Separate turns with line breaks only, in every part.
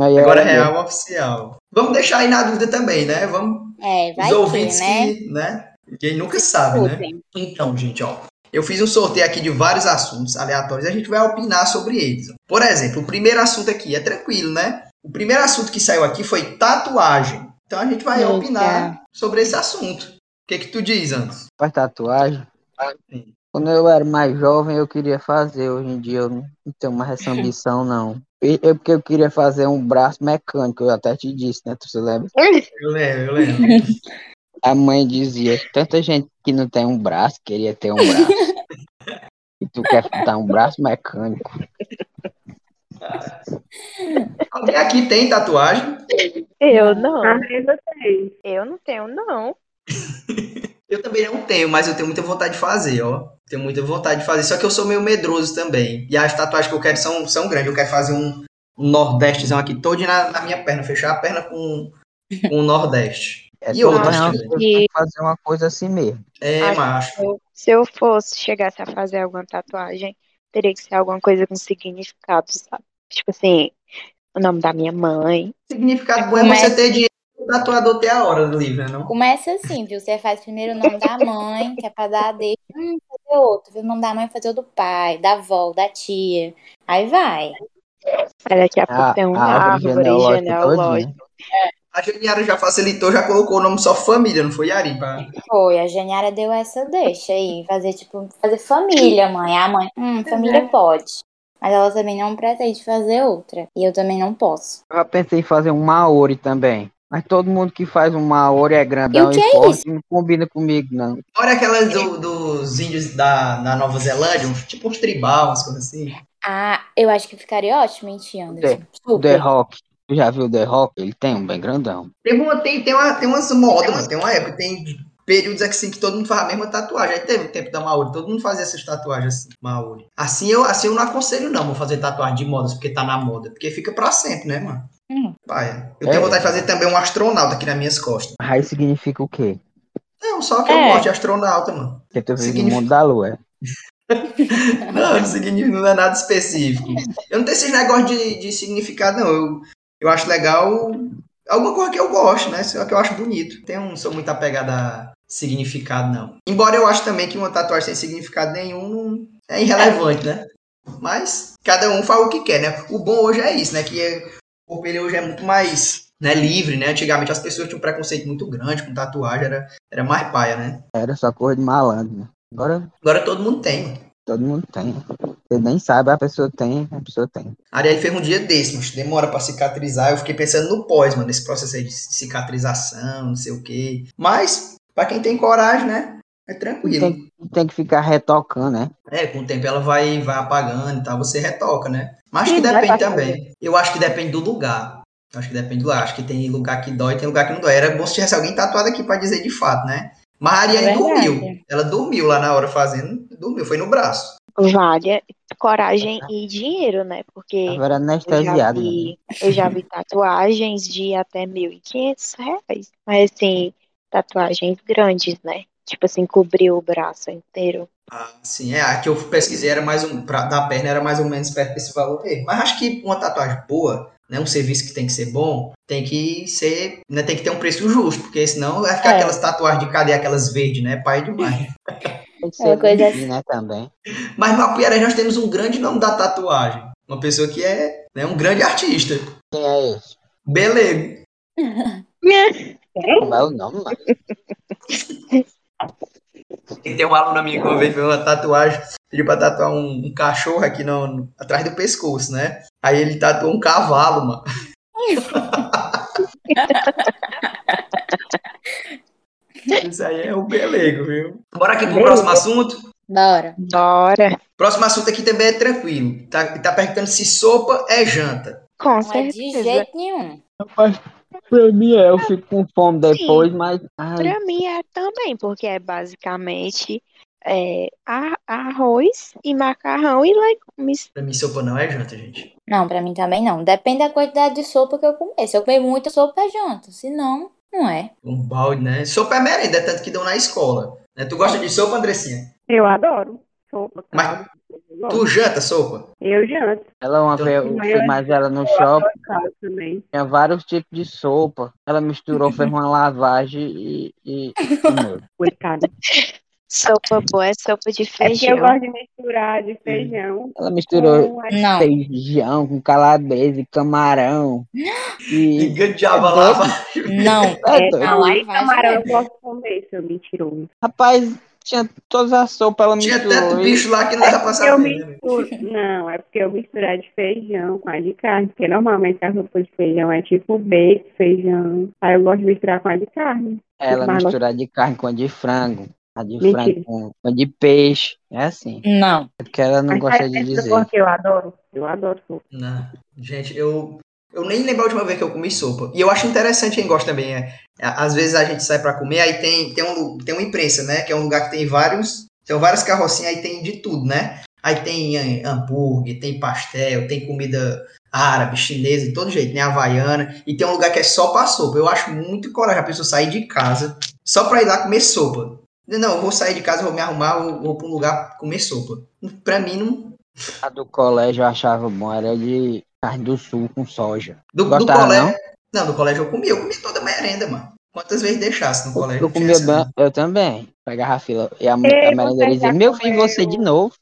Aí,
Agora é
aí,
real oficial. Vamos deixar aí na dúvida também, né? Vamos
É, vai
os ouvintes
que, né?
que, né? Ninguém nunca sabe, né?
Desculpem.
Então, gente, ó. Eu fiz um sorteio aqui de vários assuntos aleatórios e a gente vai opinar sobre eles. Por exemplo, o primeiro assunto aqui é tranquilo, né? O primeiro assunto que saiu aqui foi tatuagem. Então a gente vai
Eita.
opinar sobre esse assunto. O que que tu diz, Anderson?
Faz tatuagem.
Ah, Sim.
Quando eu era mais jovem, eu queria fazer. Hoje em dia, eu não tenho mais essa ambição, não. E, eu, porque eu queria fazer um braço mecânico, eu até te disse, né? Tu se lembra?
Eu lembro, eu lembro.
A mãe dizia, tanta gente que não tem um braço, queria ter um braço. e tu quer dar um braço mecânico.
Alguém aqui tem tatuagem?
Ah,
Eu não.
A mesa tem.
Eu não tenho, não.
Eu também não tenho, mas eu tenho muita vontade de fazer, ó. Tenho muita vontade de fazer, só que eu sou meio medroso também. E as tatuagens que eu quero são, são grandes. Eu quero fazer um, um nordestezão aqui todo na, na minha perna, fechar a perna com, com o nordeste.
É
E outras
não,
também.
eu tenho que fazer uma coisa assim mesmo.
É,
Ai.
macho.
Eu- se eu fosse, chegasse a fazer alguma tatuagem, teria que ser alguma coisa com significado, sabe? Tipo assim, o nome da minha mãe.
Significado bom é
Começa.
você ter dinheiro pro tatuador ter a hora livre, né, não?
Começa assim, viu? Você faz primeiro o nome da mãe, que é pra dar a deixa, hum, fazer outro, viu? O nome da mãe, fazer o do pai, da avó, da tia. Aí vai.
Aí daqui a pouco
A,
tem uma
a árvore genealógica
genealógica.
todinha.
A Janiara já facilitou, já colocou o nome só família, não foi Yari? Pra...
Foi, a Janiara deu essa deixa aí. Fazer, tipo, fazer família, mãe. A mãe, hum,
Uhum.
família pode. Mas ela também não pretende fazer outra. E eu também não posso.
Eu já pensei em fazer um Maori também. Mas todo mundo que faz um Maori é grandão
E o
e,
que é
forte, não combina comigo, não.
Olha aquelas do- dos índios da, da Nova Zelândia, uns- tipo uns tribal, umas coisas assim.
Ah, eu acho que ficaria ótimo, hein, Tia Anderson?
O The
Super.
Rock, tu já viu o The Rock? Ele tem um bem grandão.
Teve uma, tem, tem, uma, tem umas modas, mano. Tem uma época, tem períodos assim que todo mundo faz a mesma tatuagem. Aí teve o tempo da Maori, todo mundo fazia essas tatuagens assim, Maori. Assim eu, assim eu não aconselho, não, vou fazer tatuagem de modas, porque tá na moda. Porque fica pra sempre, né, mano?
Hum.
Pai, eu
É.
tenho vontade de fazer também um astronauta aqui nas minhas costas.
Mas Aí significa o quê?
Não, só que eu
É.
gosto de astronauta, mano.
Que tu vive no
Significa-
mundo da lua. é?
Não, não, significa, não é nada específico. Eu não tenho esses negócios de, de significado, não. Eu, eu acho legal alguma coisa que eu gosto, né? Só que eu acho bonito. Tem um, sou muito apegado a significado, não. Embora eu acho também que uma tatuagem sem significado nenhum não- é irrelevante, né? Mas cada um faz o que quer, né? O bom hoje é isso, né? Que é- o corpo ele hoje é muito mais né, livre, né? Antigamente as pessoas tinham um preconceito muito grande com tatuagem, era, era mais paia, né?
Era só coisa de malandro, né? Agora
Agora todo mundo tem, mano.
todo mundo tem. Você nem sabe, a pessoa tem, a pessoa tem.
Ariel fez um dia desse, mas demora pra cicatrizar. Eu fiquei pensando no pós, mano, nesse processo aí de cicatrização, não sei o quê. Mas, pra quem tem coragem, né? É tranquilo.
Tem, tem que ficar retocando, né?
É, com o tempo ela vai, vai apagando e tal, você retoca, né? Mas acho que
Sim, vai
tá
depende
passando.
também. Eu acho que depende do lugar. Acho que depende do lugar. Acho que tem lugar que dói, tem lugar que não dói. Era bom se tivesse alguém tatuado aqui pra dizer de fato, né? Mas a Ariane
É verdade.
dormiu. Ela dormiu lá na hora fazendo. Dormiu, foi no braço.
Vale coragem e dinheiro, né? Porque
Tava era
Eu já,
é anestesiado. né?
vi, eu já vi tatuagens de até 1.500 reais. Mas, assim, tatuagens grandes, né? Tipo assim, cobriu o braço inteiro.
Ah, sim, é. A que eu pesquisei era mais um. Pra, da perna era mais ou menos perto desse valor mesmo. Mas acho que uma tatuagem boa, né, um serviço que tem que ser bom, tem que ser, né, tem que ter um preço justo, porque senão vai ficar
É.
aquelas tatuagens de cadeia, aquelas verdes, né, pai demais.
Tem que
É uma
ser
coisa
guri, né, também.
Mas em Mapuiaré nós temos um grande nome da tatuagem, uma pessoa que é né, um grande artista,
Quem é esse?
Belego.
Como é o nome, mano?
E tem uma aluna minha que uma vez fez uma tatuagem, pediu pra tatuar um, um cachorro aqui no, no- atrás do pescoço, né, aí ele tatuou um cavalo, mano. Isso aí é o Belego, viu? Bora aqui pro próximo assunto?
Bora.
Dora.
Próximo assunto aqui também é tranquilo. Tá, tá perguntando se sopa é janta.
Com
Não é de
certeza.
jeito nenhum.
Rapaz, pra mim é, eu fico com fome depois, mas. Ai,
Pra mim é também, porque é basicamente é, a- arroz e macarrão e legumes.
Pra mim, sopa não é janta, gente.
Não, pra mim também não. Depende da quantidade de sopa que eu comer. Se eu comer muita sopa, é janta. Se não, não é.
Um balde, né? Sopa é merenda, é tanto que dão na escola. né? Tu gosta de sopa, Andressinha?
Eu adoro. Sopa,
Mas-
caldo, eu gosto.
Tu janta sopa?
Eu janto,
ela uma
Então,
vez, eu fui mais ela no shopping,
caldo também.
tinha vários tipos de sopa. Ela misturou, fez uma lavagem e. e comeu.
Coitado.
Sopa boa é sopa de
É porque eu
feijão.
gosto de misturar de feijão
ela misturou
com a
Não.
feijão com calabresa e camarão. E.
Engano de abalava.
Não.
É,
É,
doido.
Ah, lá vai,
camarão. Eu
gente.
gosto de comer, seu mentiroso.
Rapaz, tinha todas as sopas, ela
Tinha
misturou.
tanto
e-
bicho lá que não dava pra
Eu
saber. né?
misturo. Não, é porque eu misturar de feijão com a de carne. Porque normalmente a sopa de feijão é tipo bacon, feijão. Aí eu gosto de misturar com a de carne.
Ela
Mas-
misturar de carne com a de frango, a de
Mentira.
frango com com a de peixe. É assim.
Não.
É porque ela não
Mas
gosta
faz
de
tempo
dizer.
Porque eu adoro. Eu adoro sopa.
Não. Gente, eu, eu nem lembro a última vez que eu comi sopa. E eu acho interessante quem gosta também. É, À- às vezes a gente sai pra comer, aí tem, tem, um, lu- tem uma imprensa, né? Que é um lugar que tem vários. Tem várias carrocinhas, aí tem de tudo, né? Aí tem eh, hambúrguer, tem pastel, tem comida árabe, chinesa, de todo jeito, né? Havaiana. E tem um lugar que é só pra sopa. Eu acho muito coragem a pessoa sair de casa só pra ir lá comer sopa. Não, eu vou sair de casa, vou me arrumar, vou, vou pra um lugar comer sopa. Pra mim, não.
A do colégio eu achava bom, era de carne do sul com soja.
Do, do
Gostava,
colégio.
não?
Não, no colégio eu comia, eu comia toda merenda, mano. Quantas vezes deixasse no colégio?
Eu
não tinha
comia
essa, não.
ban- eu também. Pegava a fila. E a, a
Ei,
merendeira
você
dizia,
já
meu filho,
comeu?"
você de novo.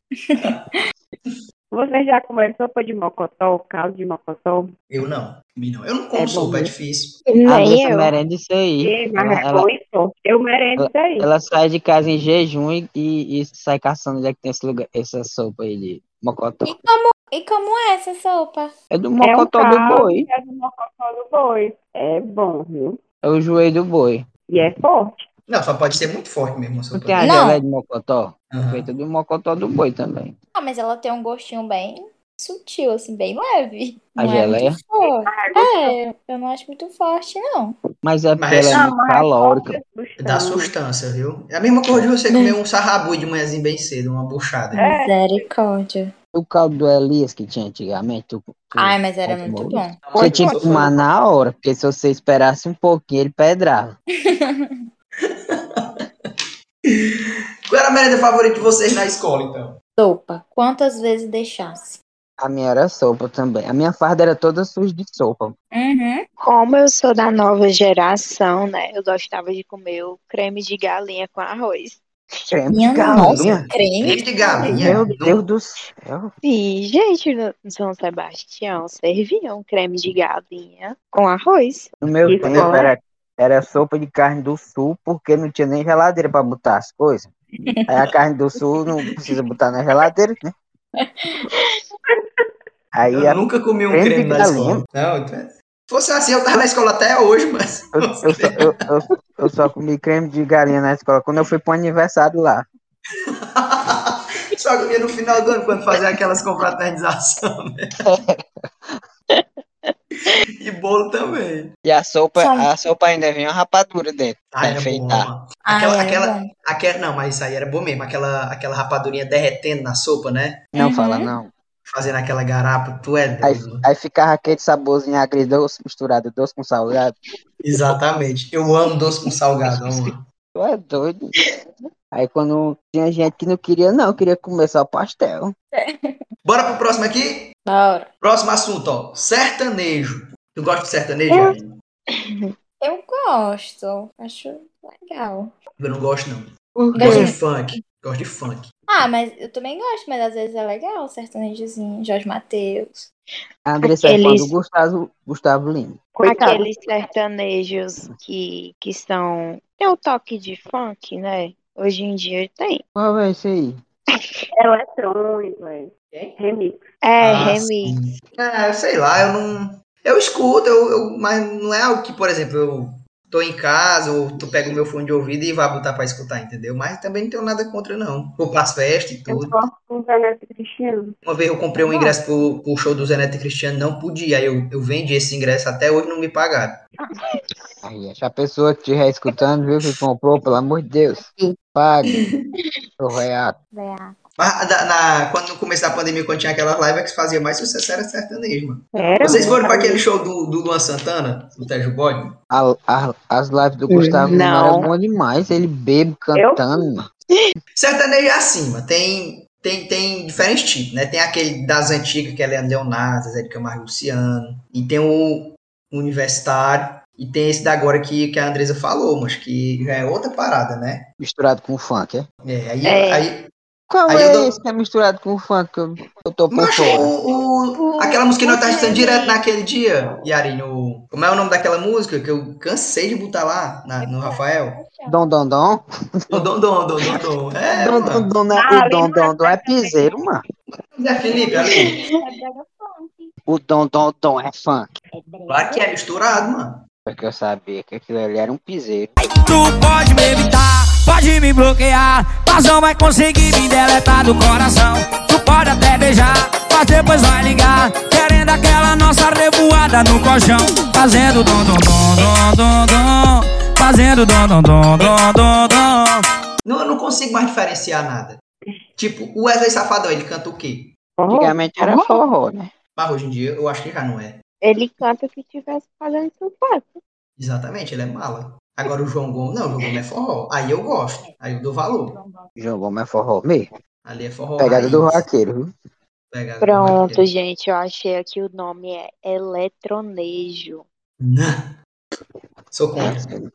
Vocês já comeram sopa de mocotó, caldo de mocotó?
Eu não, comi não. Eu não como
É bom,
sopa, é
né?
difícil.
Abre
Nem
essa
eu.
merenda isso aí.
Ei, mas
Ela,
é
ela,
bom e forte. Eu mereço isso aí.
ela sai de casa em jejum e, e, e sai caçando onde é que tem esse lugar, essa sopa aí de mocotó.
E como, e como é essa sopa?
É do
É um
mocotó do
caldo,
boi.
é do mocotó do boi. É bom, viu?
É o joelho do boi.
E é forte.
Não, só pode ser muito forte mesmo a
Não
sopa. né?
tem a
Não.
geleia de mocotó?
Aham.
Feita do mocotó do boi também.
Ah, mas ela tem um gostinho bem sutil, assim, bem leve.
A
Não é
geleia.
muito forte.
Ah, eu
É, eu não acho muito forte, não.
Mas é
Mas
porque ela é
essa-
muito calórica.
Dá sustância, viu? É a mesma coisa de você comer um sarrabu de manhãzinho bem cedo, uma buchada.
É.
Misericórdia.
O caldo do Elias que tinha antigamente. Tu, tu-
Ai, mas era
Muito
muito
bom.
bom.
você tinha que
Sopa-
tomar na hora, porque se você esperasse um pouquinho, ele pedrava.
Qual era a merenda favorita de vocês na escola, então?
Sopa. Quantas vezes deixasse?
A minha era sopa também. A minha farda era toda suja de sopa.
Uhum.
Como eu sou da nova geração, né? Eu gostava de comer o creme de galinha com arroz.
Creme
Minha
de galinha.
nossa, creme.
Creme de né? galinha.
Meu
Não-
Deus do céu.
E, gente, no São Sebastião serviam creme de galinha com arroz.
No meu
Isso
tempo
é.
era, era sopa de carne do sul, porque não tinha nem geladeira pra botar as coisas. Aí a carne do sul não precisa botar na geladeira, né? Aí
Eu
a-
nunca comi um
creme de
creme na
galinha.
escola. Não, então é- se fosse assim, eu tava na escola até hoje, mas.
eu, eu só, eu, eu- eu só comi creme de galinha na escola quando eu fui pro aniversário lá.
Só comia no final do ano, quando fazia aquelas confraternizações. Né? e bolo também.
E a sopa,
Sabe-
a sopa ainda vinha uma rapadura dentro.
Ai, era bom,
Perfeita.
mano. Aquela,
Ai, era
aquela,
bom.
aquela, não, mas isso aí era bom mesmo. Aquela, aquela rapadurinha derretendo na sopa, né?
Não
Uhum.
fala não.
Fazendo aquela garapa, tu é
Aí,
doido. mano.
aí ficava aquele saborzinho agridoce misturado doce com salgado.
Exatamente. Eu amo doce com salgado, ó, mano.
Tu é doido. Aí quando tinha gente que não queria, não, queria comer só pastel.
Bora pro próximo aqui?
Na hora.
Próximo assunto, ó. Sertanejo. Tu gosta de sertanejo? Aline?
Eu gosto. Acho legal.
Eu não gosto, não.
Por
Gosto de
Gosto.
funk. Gosto de funk.
assim, Ah, mas eu também gosto, mas às vezes é legal o sertanejozinho, Jorge Mateus.
A Andressa é fã
Aqueles-
do Gustavo, Gustavo Lima.
Coitado.
Aqueles sertanejos que, que são. Tem o toque de funk, né? Hoje em dia tem.
Qual é esse aí?
É Eletrônico, é.
Quem?
remix.
É,
Ah,
remix.
sim. É, sei lá, eu não. Eu escuto, eu, eu- mas não é algo que, por exemplo, eu tô em casa ou tu pega o meu fone de ouvido e vai botar pra escutar, entendeu? Mas também não tenho nada contra, não. Eu passo festa e
Eu
tudo.
gosto do Vanessa Um Cristiano.
Uma vez eu comprei um
Nossa.
ingresso pro, pro show do Zeneto e Cristiano, não podia. aí Eu, eu vendi esse ingresso até hoje não me pagaram.
Aí, essa pessoa que estiver escutando, viu, que comprou, pelo amor de Deus, pague. é Ô, veiaco.
Vai,
Mas da- na- quando no começo da pandemia, quando tinha aquelas lives é que fazia mais sucesso, era sertanejo, mano.
É,
Era
Vocês
muito
foram pra
famoso.
aquele show do, do Luan Santana, do Tejo Bode?
A- a- As lives do Gustavo
Hum,
Lima
não.
eram bom demais. Ele bebe, cantando, mano.
Sertanejo é assim, mano. Tem, tem, tem diferentes tipos, né? Tem aquele das antigas, que é Leandro Leonardo, Zé de Camargo e Luciano. E tem o universitário. E tem esse da agora que, que a Andresa falou, mas que já é outra parada, né?
misturado com funk, é?
É, aí,
É.
aí
Qual
Aí eu
é
dou-
esse que é misturado com funk? que Eu, eu tô por
mas
fora.
o, o-
O-
aquela música que nós tá assistindo
o-
direto naquele dia, Yarin, o, como é o nome daquela música que eu cansei de botar lá na- no Rafael?
Dom, dom, dom.
O Dom Dom Dom Dom Dom. É,
Dom,
mano.
dom, dom, né?
Ah,
o dom,
lembra?
dom, dom é piseiro, mano.
Zé Felipe ali.
O dom, dom, dom é funk.
Claro que é misturado, mano.
Porque eu sabia que aquilo ali era um piseiro.
Tu pode me evitar, pode me bloquear, mas não vai conseguir me deletar do coração. Tu pode até beijar, mas depois vai ligar, querendo aquela nossa revoada no colchão. Fazendo dom dom dom dom dom dom, fazendo dom dom dom dom dom dom.
Não, eu não consigo mais diferenciar nada. Tipo, o Wesley Safadão, ele canta o quê?
Forró?
Antigamente era
forró.
forró, né?
Mas hoje em dia eu acho que já não é.
Ele canta que estivesse fazendo sucesso.
Exatamente, ele é mala. Agora o João Gomes, não, o João Gomes é forró. Aí eu gosto, aí eu dou valor.
Jogou, mas forró mesmo.
Ali é forró.
Pegada
raiz,
do vaqueiro, viu?
pegada do
Pronto,
vaqueiro.
gente, eu achei aqui o nome é Eletronejo.
Não. Sou
É.
contra.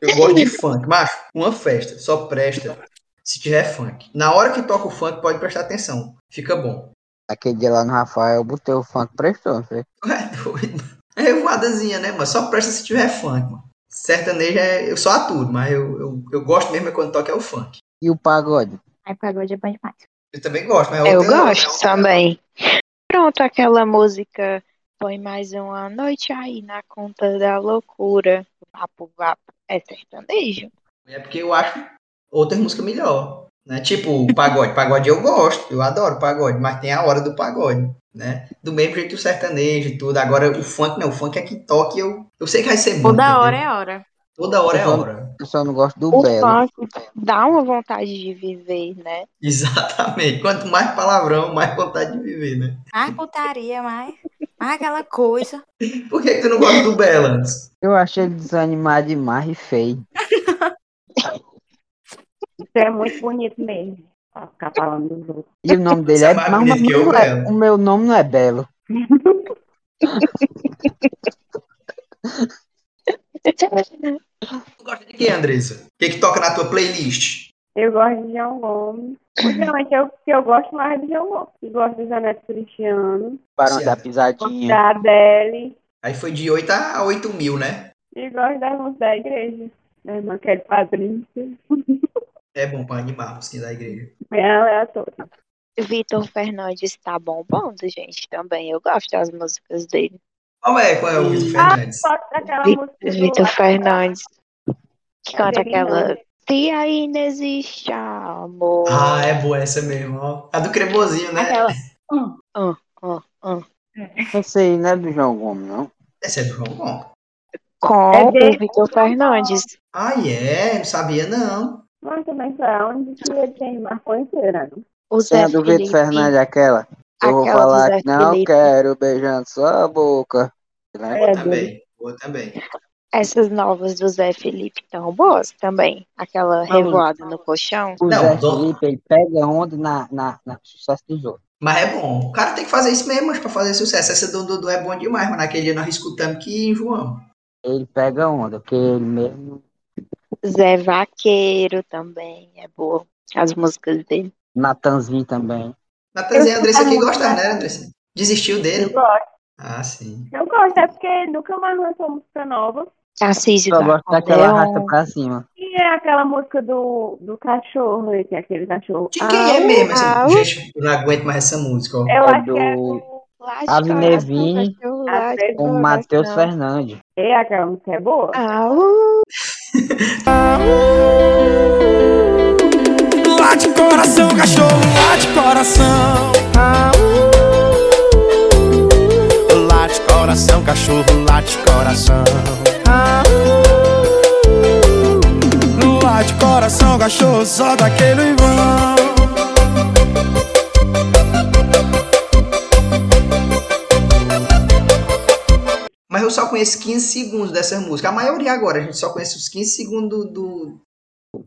Eu gosto de funk. Macho, uma festa só presta se tiver funk. Na hora que toca o funk, pode prestar atenção. Fica bom.
Aquele dia lá no Rafael, eu botei o funk prestou, não foi?
É doido. É voadazinha, né, mano? Só presta se tiver funk, mano. Sertanejo é. Eu só aturo, mas eu, eu, eu gosto mesmo é quando toca é o funk.
E o pagode?
Ai, pagode é bom demais.
Eu também gosto, mas é
Eu
outra-
gosto também. Pronto, aquela música Põe mais uma noite aí na conta da loucura. Vapo, vapo. É sertanejo?
É porque eu acho outras músicas melhor, né? Tipo, pagode. Pagode eu gosto, eu adoro pagode, mas tem a hora do pagode, né? Do mesmo jeito o sertanejo e tudo. Agora o funk não, o funk é que toca e eu, eu sei que vai ser bom.
Toda
entendeu?
hora é hora.
Toda hora é hora.
Eu só não gosto do
Uhum. O
Belo.
funk dá uma vontade de viver, né?
Exatamente. Quanto mais palavrão, mais vontade de viver, né?
Mais Ah, putaria, mais, mais aquela coisa.
Por que, que tu não gosta do Balance?
Eu achei ele desanimado demais e feio.
Isso é muito bonito mesmo. Pra ficar falando dos outros.
E o nome dele
Você
é.
é mais
mas o
bonito
nome
que eu,
não é-
Belo.
o meu nome não é Belo.
Tu gosta de quem, Andressa? O que, que toca na tua playlist?
Eu gosto de João Gomes. Ultimamente eu, que eu gosto mais de João Gomes. Eu gosto do Zanetti Cristiano.
Barão da
Certo.
Gosto
Pisadinha.
da Adele.
Aí foi de 8 a 8 mil, né?
E gosto das músicas da igreja. Minha irmã é Kelly Patrícia.
É bom pra animar a música da igreja.
Bem aleatório.
Vitor Fernandes tá bombando, gente, também. Eu gosto das músicas dele.
Qual é? Qual é o Vitor
Ah,
Fernandes?
gosto daquela
Vi-
música do...
Vitor Fernandes.
É
Que canta
Aquele
aquela.
nome.
Se ainda existe amor.
Ah, é boa essa mesmo, ó. A do cremosinho, né?
Aquela.
Ah, ah.
Essa aí não é do João Gomes, não.
Essa é do João Bom.
Com
É dele.
o Vitor Fernandes.
Ah, é? Não sabia, não.
Mas também foi onde que ele tem marcou inteira. né?
O
Tem
Zé
a do Vitor
Felipe.
Fernandes, aquela. Eu vou
Aquela do
falar
Zé
que não
Felipe.
quero beijando sua boca. Né?
Boa
É
também. Boa também.
Essas novas do Zé Felipe estão boas também. Aquela revoada no colchão.
O
Não,
Zé
tô-
Felipe, ele pega onda na, na, na sucesso dos outros.
Mas é bom. O cara tem que fazer isso mesmo, mas pra fazer sucesso. Essa do Dudu é bom demais, mas naquele dia nós escutamos que enjoamos.
Ele pega onda, porque ele mesmo.
Zé Vaqueiro também é boa. As músicas dele.
Natanzinho também.
Natanzinho e
Eu
Andressa aqui
escutava
gostaram, né, Andressa? Desistiu
Eu
dele?
gosto.
Ah, sim.
Eu gosto, é porque nunca mais lançou música nova.
Tarcísio
Só
do
gosto daquela arrasta
Acordeon.
pra cima.
E é aquela música do, do cachorro, né, que é aquele cachorro.
De quem é
Au,
mesmo essa?
au.
Gente, eu não aguento mais essa música, ó.
Eu
É
acho que é
do-
do.
Late,
Ave
coração,
Nevini
cachorro, late,
com o Matheus
coração.
Fernandes.
É aquela música é boa.
Au.
Late Tá coração, cachorro, late coração. Au. Late coração, cachorro, late coração. Au. Late coração, cachorro, só daquele vão.
Mas eu só conheço 15 segundos dessa música. A maioria agora, a gente só conhece os 15 segundos do, do,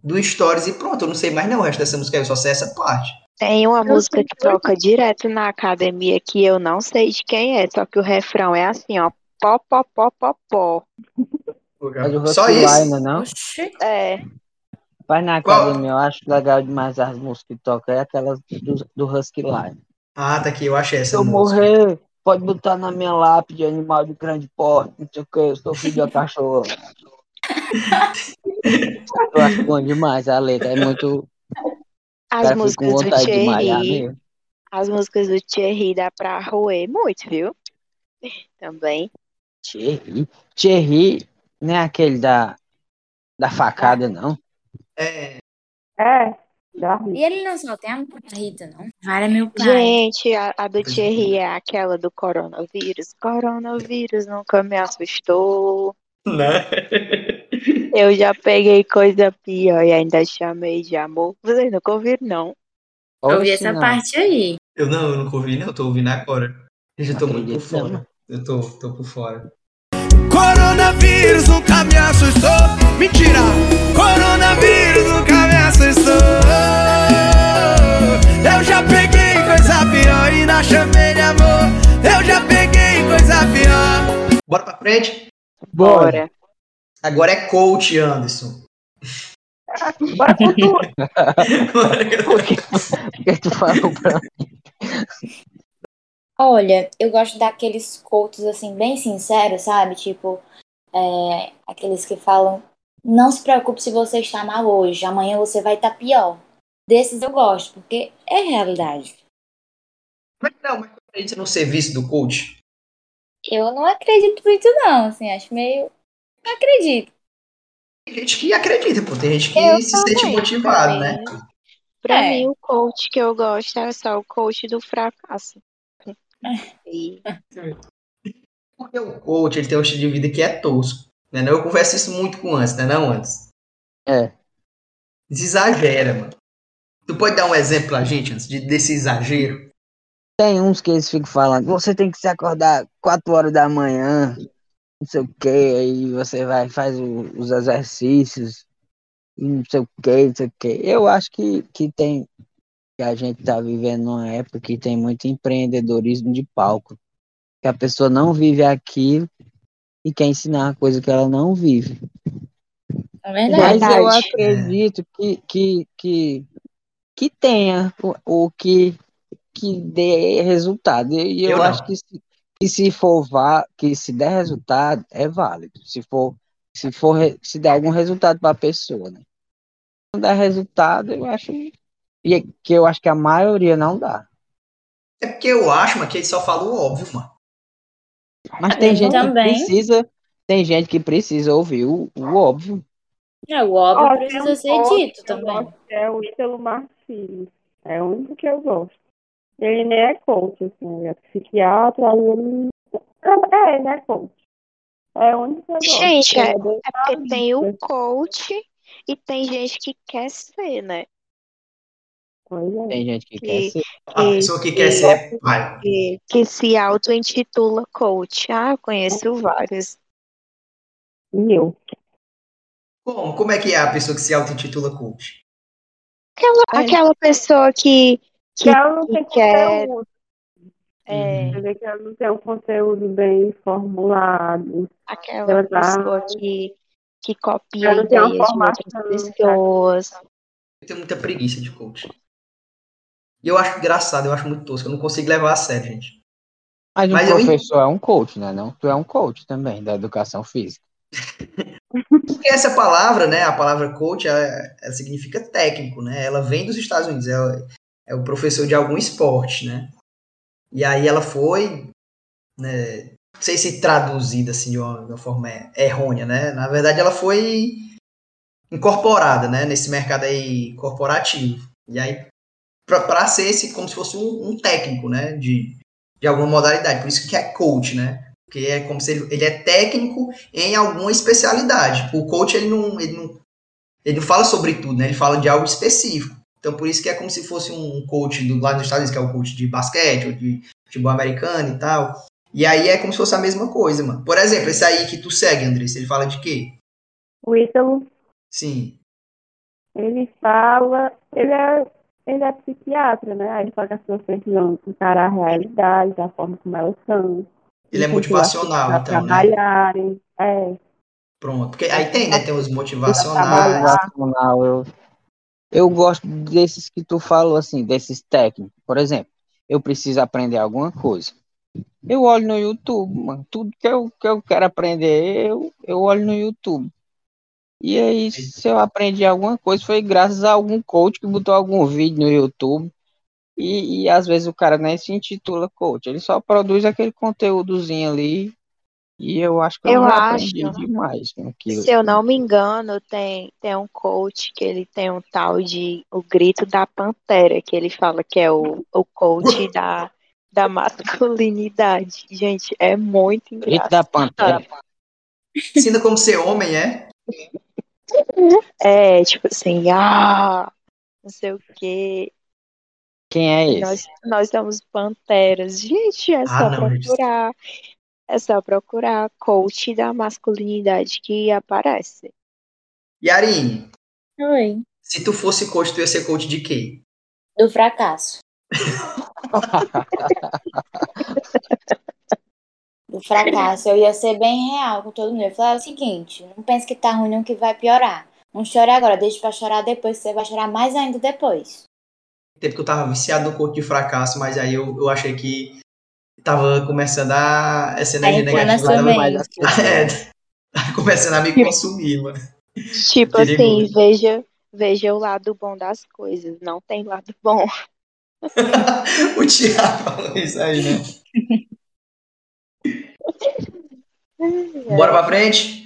do Stories e pronto. Eu não sei mais nem o resto dessa música, eu só sei essa parte.
Tem uma
Eu
música que
sei.
toca direto na academia que eu não sei de quem é, só que o refrão é assim, ó. Pó, pó, pó, pó, pó.
É do
Só
Rock
isso?
Line, não?
Oxi.
É.
Vai na
Qual?
academia, eu acho legal demais as músicas que tocam. É aquelas do, do Husky Line.
Ah, tá aqui, eu achei
Se
essa
eu
música.
morrer, pode botar na minha lápide animal de grande porte, não sei o que, eu sou filho de uma cachorra. Eu acho bom demais a letra, é muito. O
As
cara fica com
músicas do
vontade de malhar
Thierry,
mesmo.
as músicas do Thierry dá pra roer muito, viu? Também.
Thierry. Thierry não é aquele da, da facada, não.
É,
Ah.
É, dorme.
E ele não só tem a marido, não. Vara meu pai.
Gente, a, a do Thierry é aquela do coronavírus. Coronavírus nunca me assustou.
né?
Eu já peguei coisa pior e ainda chamei de amor. Vocês nunca ouviram, não?
Eu ouvi
Oxe,
essa
não.
parte aí.
Eu não, eu nunca ouvi, não. Eu tô ouvindo agora. Gente, eu tô
Não
muito por
acredito, não.
fora. Eu tô, tô por fora.
Coronavírus nunca me assustou. Mentira! Coronavírus nunca me assustou. Eu já peguei coisa pior e na chamei de amor. Eu já peguei coisa pior.
Bora pra frente?
Bora.
Agora é coach, Anderson.
Bora pro tudo.
Por que, por que tu falou pra
Olha, eu gosto daqueles cultos assim, bem sinceros, sabe? Tipo, é, aqueles que falam: não se preocupe se você está mal hoje, amanhã você vai estar pior. Desses eu gosto, porque é realidade.
Mas não, mas acredita no serviço do coach?
Eu não acredito muito, não, assim, acho meio. Não acredito.
Tem gente que acredita, pô. Tem gente que
Eu
se sente
também.
motivado,
pra
né?
mim, pra
É.
mim, o coach que eu gosto é só o coach do fracasso. E
Porque o coach, ele tem um estilo de vida que é tosco. Né? não? Eu converso isso muito com o Anderson, né não, Anderson?
É.
Exagera, mano. Tu pode dar um exemplo pra gente, Anderson, de- desse exagero?
Tem uns que eles ficam falando, você tem que se acordar 4 horas da manhã, não sei o que, aí você vai e faz o- os exercícios, e não sei o que, não sei o que. Eu acho que, que tem, que a gente tá vivendo numa época que tem muito empreendedorismo de palco, que a pessoa não vive aquilo e quer ensinar uma coisa que ela não vive.
É verdade.
Mas eu
Verdade.
acredito que, que, que, que tenha o, o que, que dê resultado. E eu,
Eu
acho
não.
que se, que se for vá, que se der resultado, é válido. Se for, se for re- se der algum resultado para a pessoa, né? Não dá resultado, eu acho e é que eu acho que a maioria não dá.
É porque eu acho, mano, que ele só fala o óbvio, mano.
Mas tem
Eu
gente
também.
que precisa, tem gente que precisa ouvir o, o óbvio.
É, o óbvio
Ó, tem
precisa
um
ser
outro
dito
que eu
também.
gosto, que é o Ítalo Marcílio. É o único que eu gosto. Ele nem é coach, assim, ele é psiquiatra, aí ele. É, ele é coach. É o único que eu gosto.
Gente,
Ele
é,
é bem
é porque tem o
realista.
coach e tem gente que quer ser, né?
Pois é.
Tem gente que quer
Que,
ser.
A
que,
pessoa que quer
que,
ser pai.
que, que se auto-intitula coach. Ah, eu conheço vários.
E eu.
Como? Como é que é a pessoa que se auto-intitula coach?
Aquela,
É.
aquela pessoa que. que
ela não tem
quer-
conteúdo,
é,
entendeu? Que ela não tem um conteúdo bem formulado.
aquela
Ela tá-
pessoa que, que copia
Ela não tem um né? uma
ideias de outras
formação,
pessoas.
Eu tenho muita preguiça de coach. E eu acho engraçado, eu acho muito tosco, eu não consigo levar a sério, gente.
Mas um
Mas eu en-
professor é um coach, né? Não? Tu é um coach também da educação física.
Porque essa palavra, né, a palavra coach, ela, ela significa técnico, né? Ela vem dos Estados Unidos, ela é o professor de algum esporte, né? E aí ela foi, né, não sei se traduzida assim de uma, de uma forma er- errônea, né? Na verdade ela foi incorporada, né, nesse mercado aí corporativo. E aí para ser esse como se fosse um, um técnico, né, de, de alguma modalidade. Por isso que é coach, né? Porque é como se ele, ele é técnico em alguma especialidade. O coach ele não, ele não, ele não fala sobre tudo, né? Ele fala de algo específico. Então por isso que é como se fosse um coach do lado dos Estados Unidos, que é o coach de basquete ou de futebol americano e tal. E aí é como se fosse a mesma coisa, mano. Por exemplo, esse aí que tu segue, Andressa, ele fala de quê?
O Ítalo,
Sim.
ele fala. Ele é, ele é psiquiatra, né? Aí ele fala que as pessoas precisam encarar a realidade, da forma como elas são.
Ele é motivacional,
Pra
então, né?
trabalharem. É.
Pronto. Porque aí tem, né? Tem os
Trabalhar.
motivacionais.
Educacional, eu, eu gosto desses que tu falou, assim, desses técnicos. Por exemplo, eu preciso aprender alguma coisa. Eu olho no YouTube, mano. Tudo que eu, que eu quero aprender, eu, eu olho no YouTube. E aí, se eu aprendi alguma coisa, foi graças a algum coach que botou algum vídeo no YouTube. E, e às vezes o cara nem se intitula coach, ele só produz aquele conteúdozinho ali. E eu acho que eu,
Eu
já
acho.
aprendi demais com aquilo.
Se eu não me engano, tem, tem um coach que ele tem um tal de O Grito da Pantera, que ele fala que é o, o coach da, da masculinidade. Gente, é muito
Grito
engraçado.
da Pantera.
Ensina como ser homem, é?
É, tipo assim, ah, não sei o quê.
Quem é esse?
Nós, nós somos panteras. Gente, é só
Ah, não, gente.
procurar. É só procurar coach da masculinidade que aparece.
E Arine,
Oi.
se tu fosse coach, tu ia ser coach de quê?
Do fracasso. Do fracasso. Eu ia ser bem real com todo mundo. Eu falava o seguinte: não pense que tá ruim, não, que vai piorar. Não chore agora, deixe pra chorar depois, que você vai chorar mais ainda depois.
Teve que eu tava viciado no coach de fracasso, mas aí eu, eu achei que tava começando a. Essa energia
entrou
negativa
Tá nessa
tava,
também.
Mas assim,
É, tá começando a me consumir, mano.
Tipo assim,
Perigoso.
veja, veja o lado bom das coisas. Não tem lado bom.
O Thiago falou isso aí, né? Bora pra frente?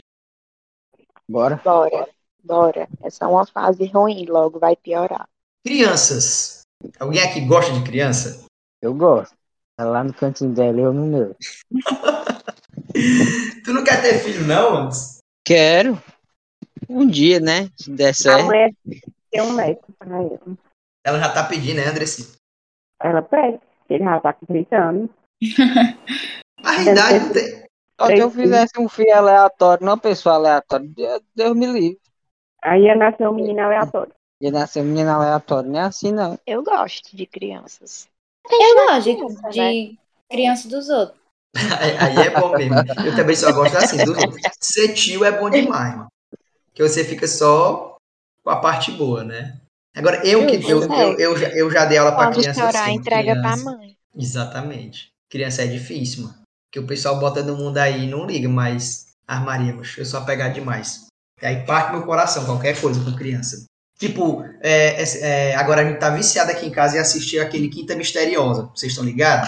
Bora.
Bora, bora. É só uma fase ruim, logo vai piorar.
Crianças. Alguém aqui gosta de criança?
Eu gosto. Tá lá no cantinho dela, eu no meu.
Tu não quer ter filho, não, Anderson?
Quero. Um dia, né? Se der
A
certo.
mãe tem um médico pra ela.
Ela já tá pedindo, né, Andressi?
Ela pede, que ele já tá com 30 anos.
A realidade não tem.
Só se eu fizesse um filho aleatório, não uma pessoa aleatória. Deus, Deus me livre.
Aí ia nascer
É.
um menino aleatório.
De nascer um menino aleatório. Não é assim, não.
Eu gosto de crianças.
Eu gosto é de,
criança,
de criança dos outros.
Aí, aí é bom mesmo. Eu também só gosto assim. Do... Ser tio é bom demais, mano. Que você fica só com a parte boa, né? Agora, eu que eu, eu, eu, já, eu já dei aula pra
né? Quando
criança.
chorar,
assim,
entrega pra
criança.
mãe.
Exatamente. Criança é difícil, mano. Que o pessoal bota no mundo aí e não liga, mas armaria, macho, eu sou apegado demais. E aí parte meu coração, qualquer coisa com criança. Tipo, é, é, é, agora a gente tá viciado aqui em casa e assistir aquele Quinta Misteriosa. Vocês estão ligados?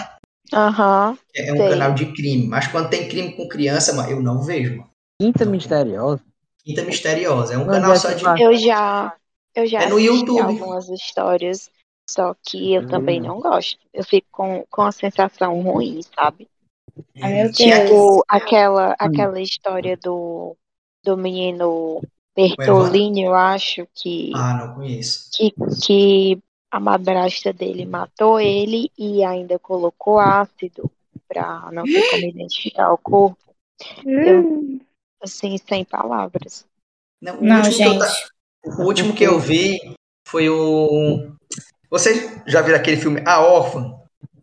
Aham.
É é um
Sei.
canal de crime. Mas quando tem crime com criança, mano, eu não vejo, mano.
Quinta misteriosa.
Quinta Misteriosa. É um
Onde
canal
é
só
que
de.
passa?
Eu já, eu já
É no
assisti
YouTube.
algumas histórias, só que eu também não gosto. Eu fico com, com a sensação ruim, sabe?
Ah, meu Deus.
Tipo, aquela, aquela história do, do menino Bertolini, eu acho, que,
Ah, não conheço.
que, que a madrasta dele matou ele e ainda colocou ácido pra não ter como identificar o corpo. Eu- assim, sem palavras.
Não, o
Não,
último que eu
gente.
ta- o último que eu vi foi o. Vocês já viram aquele filme A Órfã?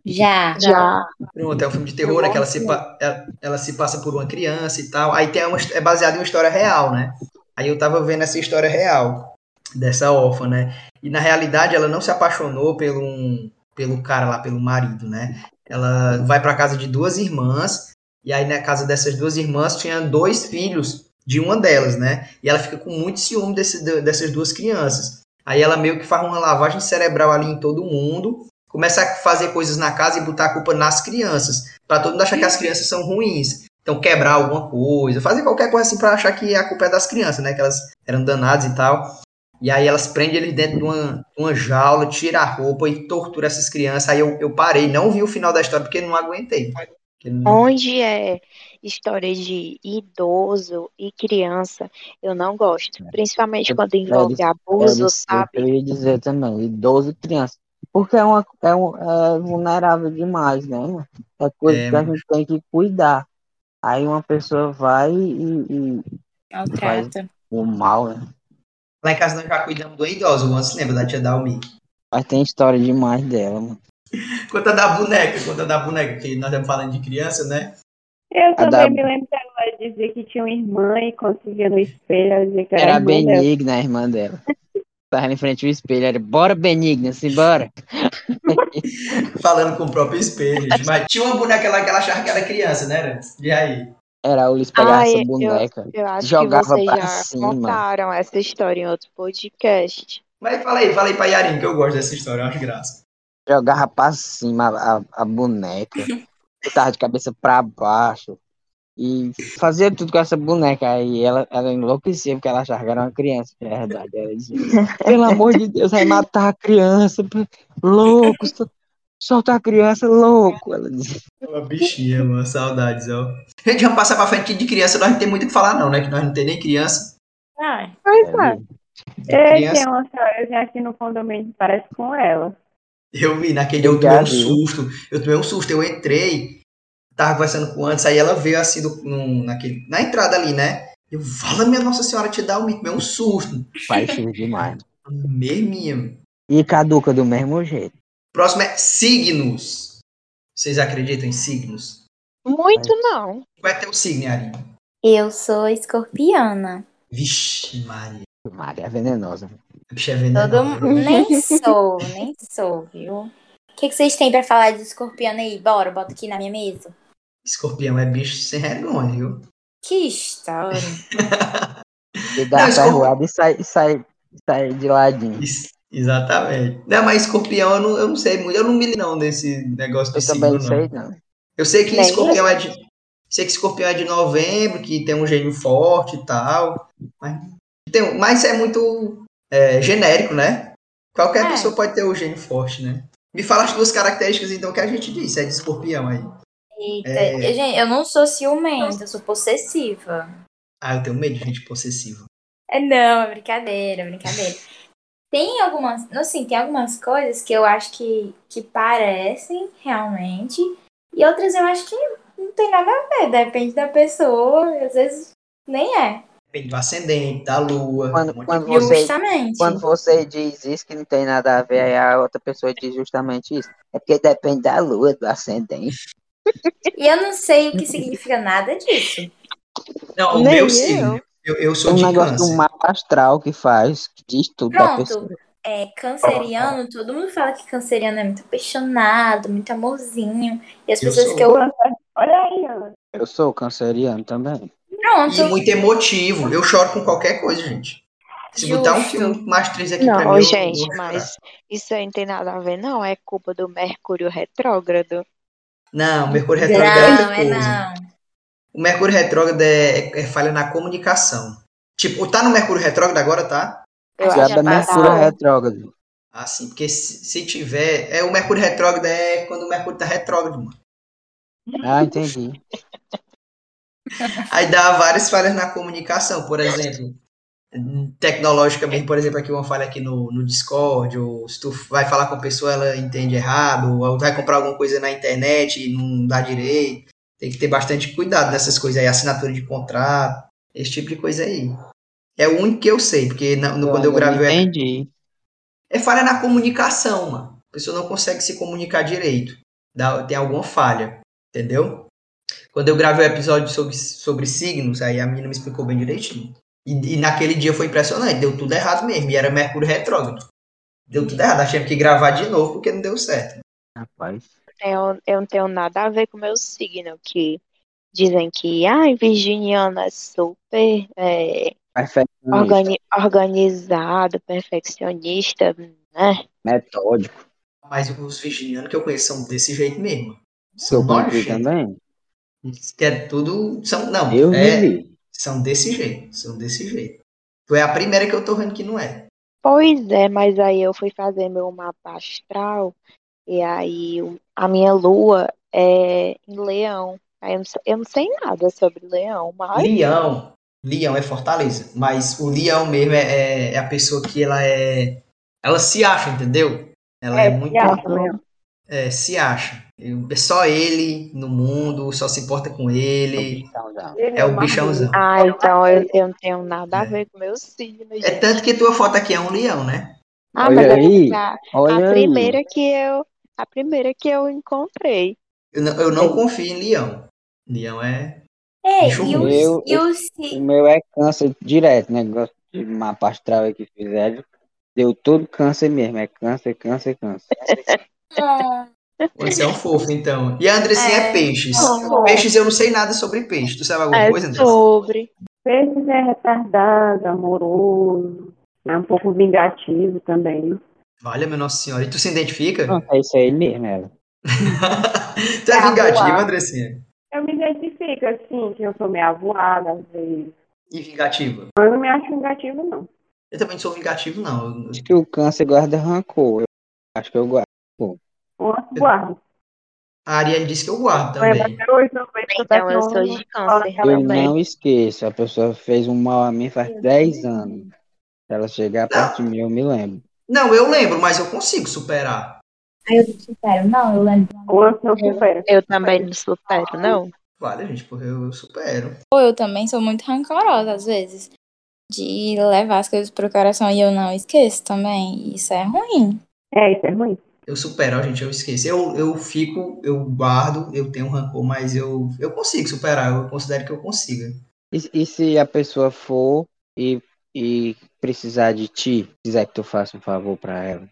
Já.
Já.
Pronto, é um filme de terror, né? Que ela se, pa- ela- ela se passa por uma criança e tal. Aí tem uma, his- é baseado em uma história real, né? Aí eu tava vendo essa história real dessa órfã, né? E na realidade ela não se apaixonou pelo, um- pelo cara lá, pelo marido, né? Ela vai pra casa de duas irmãs, e aí na casa dessas duas irmãs tinha dois filhos de uma delas, né? E ela fica com muito ciúme desse, dessas duas crianças. Aí ela meio que faz uma lavagem cerebral ali em todo mundo começa a fazer coisas na casa e botar a culpa nas crianças, Pra todo mundo achar que as crianças são ruins. Então quebrar alguma coisa, fazer qualquer coisa assim pra achar que a culpa é das crianças, né, que elas eram danadas e tal. E aí elas prendem eles dentro de uma, de uma jaula, tira a roupa e tortura essas crianças. Aí eu, eu parei, não vi o final da história porque não aguentei. Porque não-
Uhum.
Onde é história de idoso e criança, eu não
É.
gosto. Principalmente quando envolve abuso, sabe?
Eu ia dizer também, idoso e criança. Porque é, uma, é, um, é vulnerável demais, né? mano? É coisa
É,
que a
mano.
gente tem que cuidar. Aí uma pessoa vai e, e
Maltrata.
o mal, né?
Lá em casa nós já cuidamos do idoso, você lembra da tia Dalmi?
Mas tem história demais dela, mano.
Conta da boneca, conta da boneca, que nós estamos falando de criança, né?
Eu
A
também
da-
me lembro dela dizer que tinha uma irmã e conseguia no espelho ela dizia que era,
Era a
irmã dela.
Benigna, a irmã dela. Tava em frente ao espelho, era bora Benigna, simbora.
falando com o próprio espelho. Mas tinha uma boneca lá que ela achava que era criança, né? Nance? E aí?
Era a Ulis pegar
Ai,
essa
eu-
boneca.
Eu acho
Jogava
que vocês
pra
já
cima.
contaram essa história em outro podcast.
Mas fala aí, fala aí pra Yarin, que eu gosto dessa história, eu acho graça.
Jogava pra cima a, a- a boneca. Botava de cabeça pra baixo. E fazia tudo com essa boneca. Aí ela, ela enlouquecia porque ela achava que era uma criança. Na verdade, ela dizia: Pelo amor de Deus, vai matar a criança. pe- Louco, sol- solta a criança, louco. Ela dizia.
Uma bichinha, mano, saudades, ó. Gente, vamos passar pra frente que de criança, nós não tem muito o que falar, não, né? Que nós não tem nem criança.
Ah,
Pois é.
É,
Eu
criança.
tinha uma senhorazinha aqui no condomínio, parece com ela.
Eu vi, naquele eu tomei um susto. Eu tomei um susto, eu entrei, tava conversando com antes, aí ela veio assim do, num- naquele, na entrada ali, né? Eu, fala minha Nossa Senhora, te dá um, tomei um susto.
Faz filho demais.
Merminha,
E caduca do mesmo jeito.
Próximo é signos. Vocês acreditam em signos?
Muito não.
Qual é teu signo, Arinho?
eu sou escorpiana.
Vixe, Maria.
Maria é venenosa.
A bicha é
Todo
venenosa.
mu- nem sou, nem sou, viu? O que, que vocês têm pra falar de escorpiano aí? Bora, bota aqui na minha mesa.
Escorpião é bicho sem vergonha, viu?
Que história.
E dá
Não,
uma
escorpi-
ferroada e sai, sai, sai de ladinho.
Isso, exatamente. Não, mas escorpião eu não, eu não sei muito. Eu não me lembro não desse negócio do
Eu
signo,
também
não.
não sei, não.
Eu sei que
Nem
escorpião é de. Sei que escorpião é de novembro, que tem um gênio forte e tal. Mas, tem, um- mas é muito é, genérico, né? Qualquer
É.
pessoa pode ter o gênio forte, né? Me fala as duas características, então, que a gente disse, é de escorpião aí.
Eita,
É.
eu, gente, eu não sou ciumenta, eu sou possessiva.
Ah, eu tenho medo de gente possessiva.
É, não, é brincadeira, é brincadeira. Tem algumas, assim, tem algumas coisas que eu acho que, que parecem realmente, e outras eu acho que não tem nada a ver, depende da pessoa, às vezes nem é.
Depende do ascendente, da lua. um
Quando,
monte de
quando, você,
Justamente.
quando você diz isso que não tem nada a ver, aí a outra pessoa diz justamente isso. É porque depende da lua, do ascendente.
E eu não sei o que significa nada disso.
coisa. Não, o
Nem
meu
eu.
signo. Eu, eu
É
sou
um
de
negócio do
câncer.
mapa astral que faz, que diz tudo da pessoa.
Pronto, é, canceriano, todo mundo fala que canceriano é muito apaixonado, muito amorzinho, e as
Eu
pessoas
sou.
que eu
Olha aí, Ana.
Eu sou canceriano também.
Pronto.
E muito emotivo. Eu choro com qualquer coisa, gente. Se botar um
Justo.
filme mais três aqui pra mim,
Não,
eu-
gente,
eu vou chorar.
mas isso aí não tem nada a ver, não. É culpa do Mercúrio retrógrado.
Não, o Mercúrio retrógrado é
Não,
outra
é
coisa.
não.
O Mercúrio retrógrado é, é falha na comunicação. Tipo, tá no Mercúrio retrógrado agora, tá?
Eu
Já
acho
é da
que
Mercúrio
tá.
retrógrado.
Ah, sim, porque se, se tiver. É, o Mercúrio retrógrado é quando o Mercúrio tá retrógrado, mano.
Ah, entendi.
Aí dá várias falhas na comunicação, por exemplo, tecnológica mesmo, por exemplo, aqui uma falha aqui no, no Discord, ou se tu vai falar com a pessoa, ela entende errado, ou vai comprar alguma coisa na internet e não dá direito. Tem que ter bastante cuidado nessas coisas aí, assinatura de contrato. Esse tipo de coisa aí. É o único que eu sei, porque na- no- quando eu
não
gravei.
Entendi.
É falha na comunicação, mano. A pessoa não consegue se comunicar direito. Dá- tem alguma falha, entendeu? Quando eu gravei o episódio sobre, sobre signos, aí a menina me explicou bem direitinho. E, e naquele dia foi impressionante, deu tudo errado mesmo. E era Mercúrio retrógrado. Deu tudo errado, achei que gravar de novo porque não deu certo.
Rapaz.
tenho- eu não tenho nada a ver com o meu signo, que dizem que, ai, virginiana é super é,
Perfeccionista.
organi organizada, perfeccionista, né?
Metódico.
Mas os virginianos que eu conheço são desse jeito mesmo.
Que
São
eu comprei
nojentos.
também.
Que é tudo. São, não,
né? Eu
é,
vivi.
são desse jeito. São desse jeito. Tu é a primeira que eu tô vendo que não é.
Pois é, mas aí eu fui fazer meu mapa astral, e aí o- a minha lua é em leão. Aí eu não, sei- eu não sei nada sobre leão, mas
Leão. Leão é fortaleza. Mas o leão mesmo é, é- é a pessoa que ela é. Ela se acha, entendeu? Ela é,
É,
muito.
se
tá
acha
assim.
mesmo.
É, se acha. É só ele no mundo, só se importa com ele.
Ele
É o
mais
bichãozão.
Ah, então eu, eu não tenho nada
É.
a ver com o meu signo,
É
gente.
tanto que tua foto aqui é um leão, né?
Ah,
Olha
mas eu-
aí,
a, a
Olha aí.
primeira que eu, a primeira que eu encontrei.
Eu não, eu não confio em leão. Leão é.
Ei,
Deixa eu
e o,
ver. Eu-
e o
O
si-
meu é câncer direto, negócio de mapa astral aí que fizeram. Deu todo câncer mesmo, é câncer, câncer, câncer.
Ah,
Você é um fofo, então. E a Andressinha é,
É.
peixes.
Oh.
Peixes, eu não sei nada sobre peixe. Tu sabe alguma
É
coisa, Andressa?
sobre.
Peixes é retardado, amoroso, é um pouco vingativo também.
Valha, meu Nossa Senhora. E tu se identifica?
Não, é isso aí mesmo, ela.
tu é
Tá
vingativa,
voado.
Andressinha?
Eu me identifico assim, que eu sou meio avoada às vezes.
E vingativa?
Mas eu não me acho vingativo, não.
Eu também não sou vingativo, não. Eu-
Acho que o câncer guarda rancor. Eu acho que eu guardo.
Ou guarda.
A Ariane disse que eu guardo
Lembra
também.
até hoje, não vejo que
Então eu
daqui a
sou
um-
de câncer
Ela
Eu
também.
não esqueço. A pessoa fez um mal a mim faz 10 anos. Se ela chegar perto de mim, eu me lembro.
Não, eu lembro, mas eu consigo superar.
eu não supero, não, eu lembro.
Ou eu sou supera.
Eu também não supero, não.
Vale, gente, porque eu supero.
Pô, eu também sou muito rancorosa às vezes. De levar as coisas pro coração e eu não esqueço também. Isso é ruim.
É, isso é ruim.
Eu supero, ó, gente, eu esqueço. Eu, eu fico, eu guardo, eu tenho um rancor, mas eu, eu consigo superar. Eu considero que eu consiga.
E, e se a pessoa for e, e precisar de ti, quiser que tu faça um favor pra ela,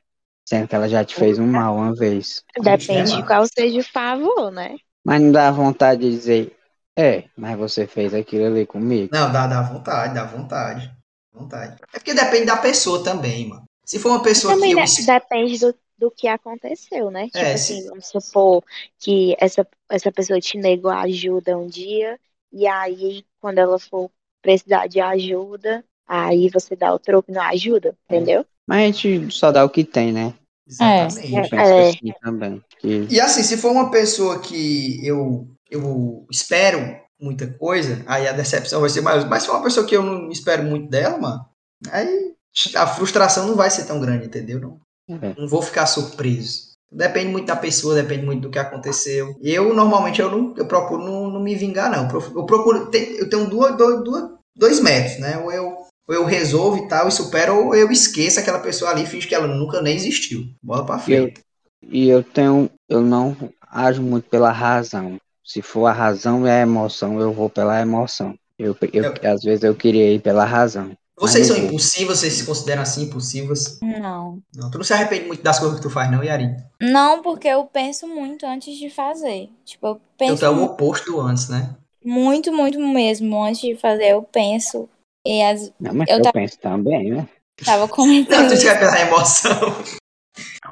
sendo que ela já te fez um mal uma vez,
Depende
Gente,
de qual seja o favor, né?
mas não dá vontade de dizer, é, mas você fez aquilo ali comigo?
Não, dá, dá vontade, dá vontade. Dá Vontade. É porque depende da pessoa também, mano. Se for uma pessoa que
Também
eu
de-
é um es-
depende do, do que aconteceu, né? Tipo
É,
assim,
se-
vamos supor que essa, essa pessoa te negou a ajuda um dia, e aí, quando ela for precisar de ajuda, aí você dá o troco e não ajuda, entendeu?
Mas a gente só dá o que tem, né?
Exatamente.
Eu penso
É.
assim também. que-
E assim, se for uma pessoa que eu, eu espero muita coisa, aí a decepção vai ser maior. Mas se for uma pessoa que eu não espero muito dela, mano, aí a frustração não vai ser tão grande, entendeu? Não,
É.
não vou ficar surpreso. Depende muito da pessoa, depende muito do que aconteceu. Eu, normalmente, eu, não, eu procuro não, não me vingar, não. Eu prof- Eu procuro... tem- Eu tenho duas, dois, duas, dois métodos, né? Ou eu, ou eu resolvo e tal, e supero, ou eu esqueço aquela pessoa ali, finge que ela nunca nem existiu. Bola pra frente.
Eu, e eu tenho, eu não ajo muito pela razão. Se for a razão e a emoção, eu vou pela emoção. Eu, eu, Às vezes eu queria ir pela razão.
Vocês
Mas
são
não vou.
impulsivas, vocês se consideram assim impulsivas?
Não.
Não, tu não se arrepende muito das coisas que tu faz, não, Yari?
Não, porque eu penso muito antes de fazer. Tipo, eu
Eu
penso
tu é o oposto antes, né?
muito, muito mesmo antes de fazer. Eu penso. E as...
Não, mas
Eu
eu,
ta-
penso também, né?
tava
Não,
comentando
tu
isso.
quer pela emoção.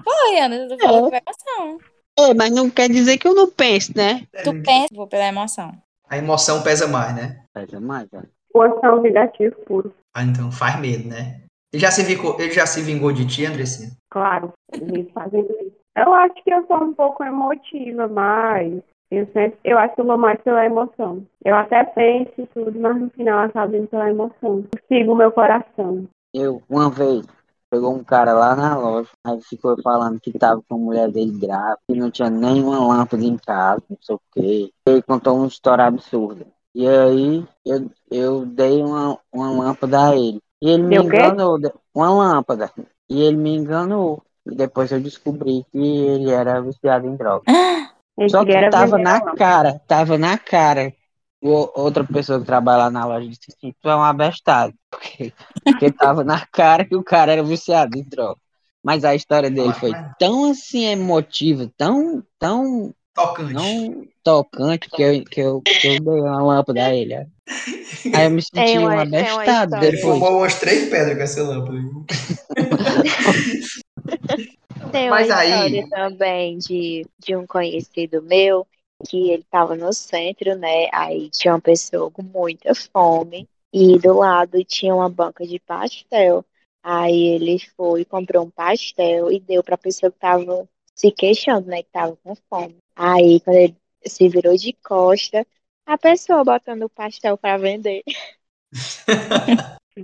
Oi, Ana, tu falou pela emoção.
É, mas não quer dizer que eu não penso, né?
É.
Tu pensa, vou pela emoção.
A emoção pesa mais, né?
Pesa mais, ó.
Ou eu sou vingativo puro.
Ah, então faz medo, né? Ele já se vingou, ele já se vingou de ti, Andressinha?
Claro, eles fazem isso. Eu acho que eu sou um pouco emotiva, mas eu, sempre, eu acho que eu vou mais pela emoção. Eu até penso e tudo, mas no final eu acabo indo pela emoção. Eu sigo o meu coração.
Eu, uma vez, pegou um cara lá na loja, aí ficou falando que tava com a mulher dele grávida, que não tinha nenhuma lâmpada em casa, não sei o quê. Ele contou uma história absurda. E E aí eu, eu dei uma, uma lâmpada a ele. E ele me
Deu o quê?
enganou, de- uma lâmpada. E ele me enganou. E depois eu descobri que ele era viciado em droga.
Ele
Só que
queria
tava né?
vender
na
a lâmpada.
cara, tava na cara. O- outra pessoa que trabalha lá na loja disse assim, tu é um abestado. Porque, porque tava na cara que o cara era viciado em droga. Mas a história dele foi tão assim emotiva, tão, tão
Tocante.
não tocante que eu, que eu, que eu dei uma lâmpada a ele. Aí eu me senti
Tem
um
É uma- tem uma
abestado
história.
Ele
depois.
fumou umas três pedras com essa lâmpada.
Tem uma
Mas aí-
história também de, de um conhecido meu que ele tava no centro, né? Aí tinha uma pessoa com muita fome e do lado tinha uma banca de pastel. Aí ele foi, comprou um pastel e deu pra pessoa que tava se queixando, né? Que tava com fome. Aí quando ele se virou de costa, a pessoa botando o pastel pra vender.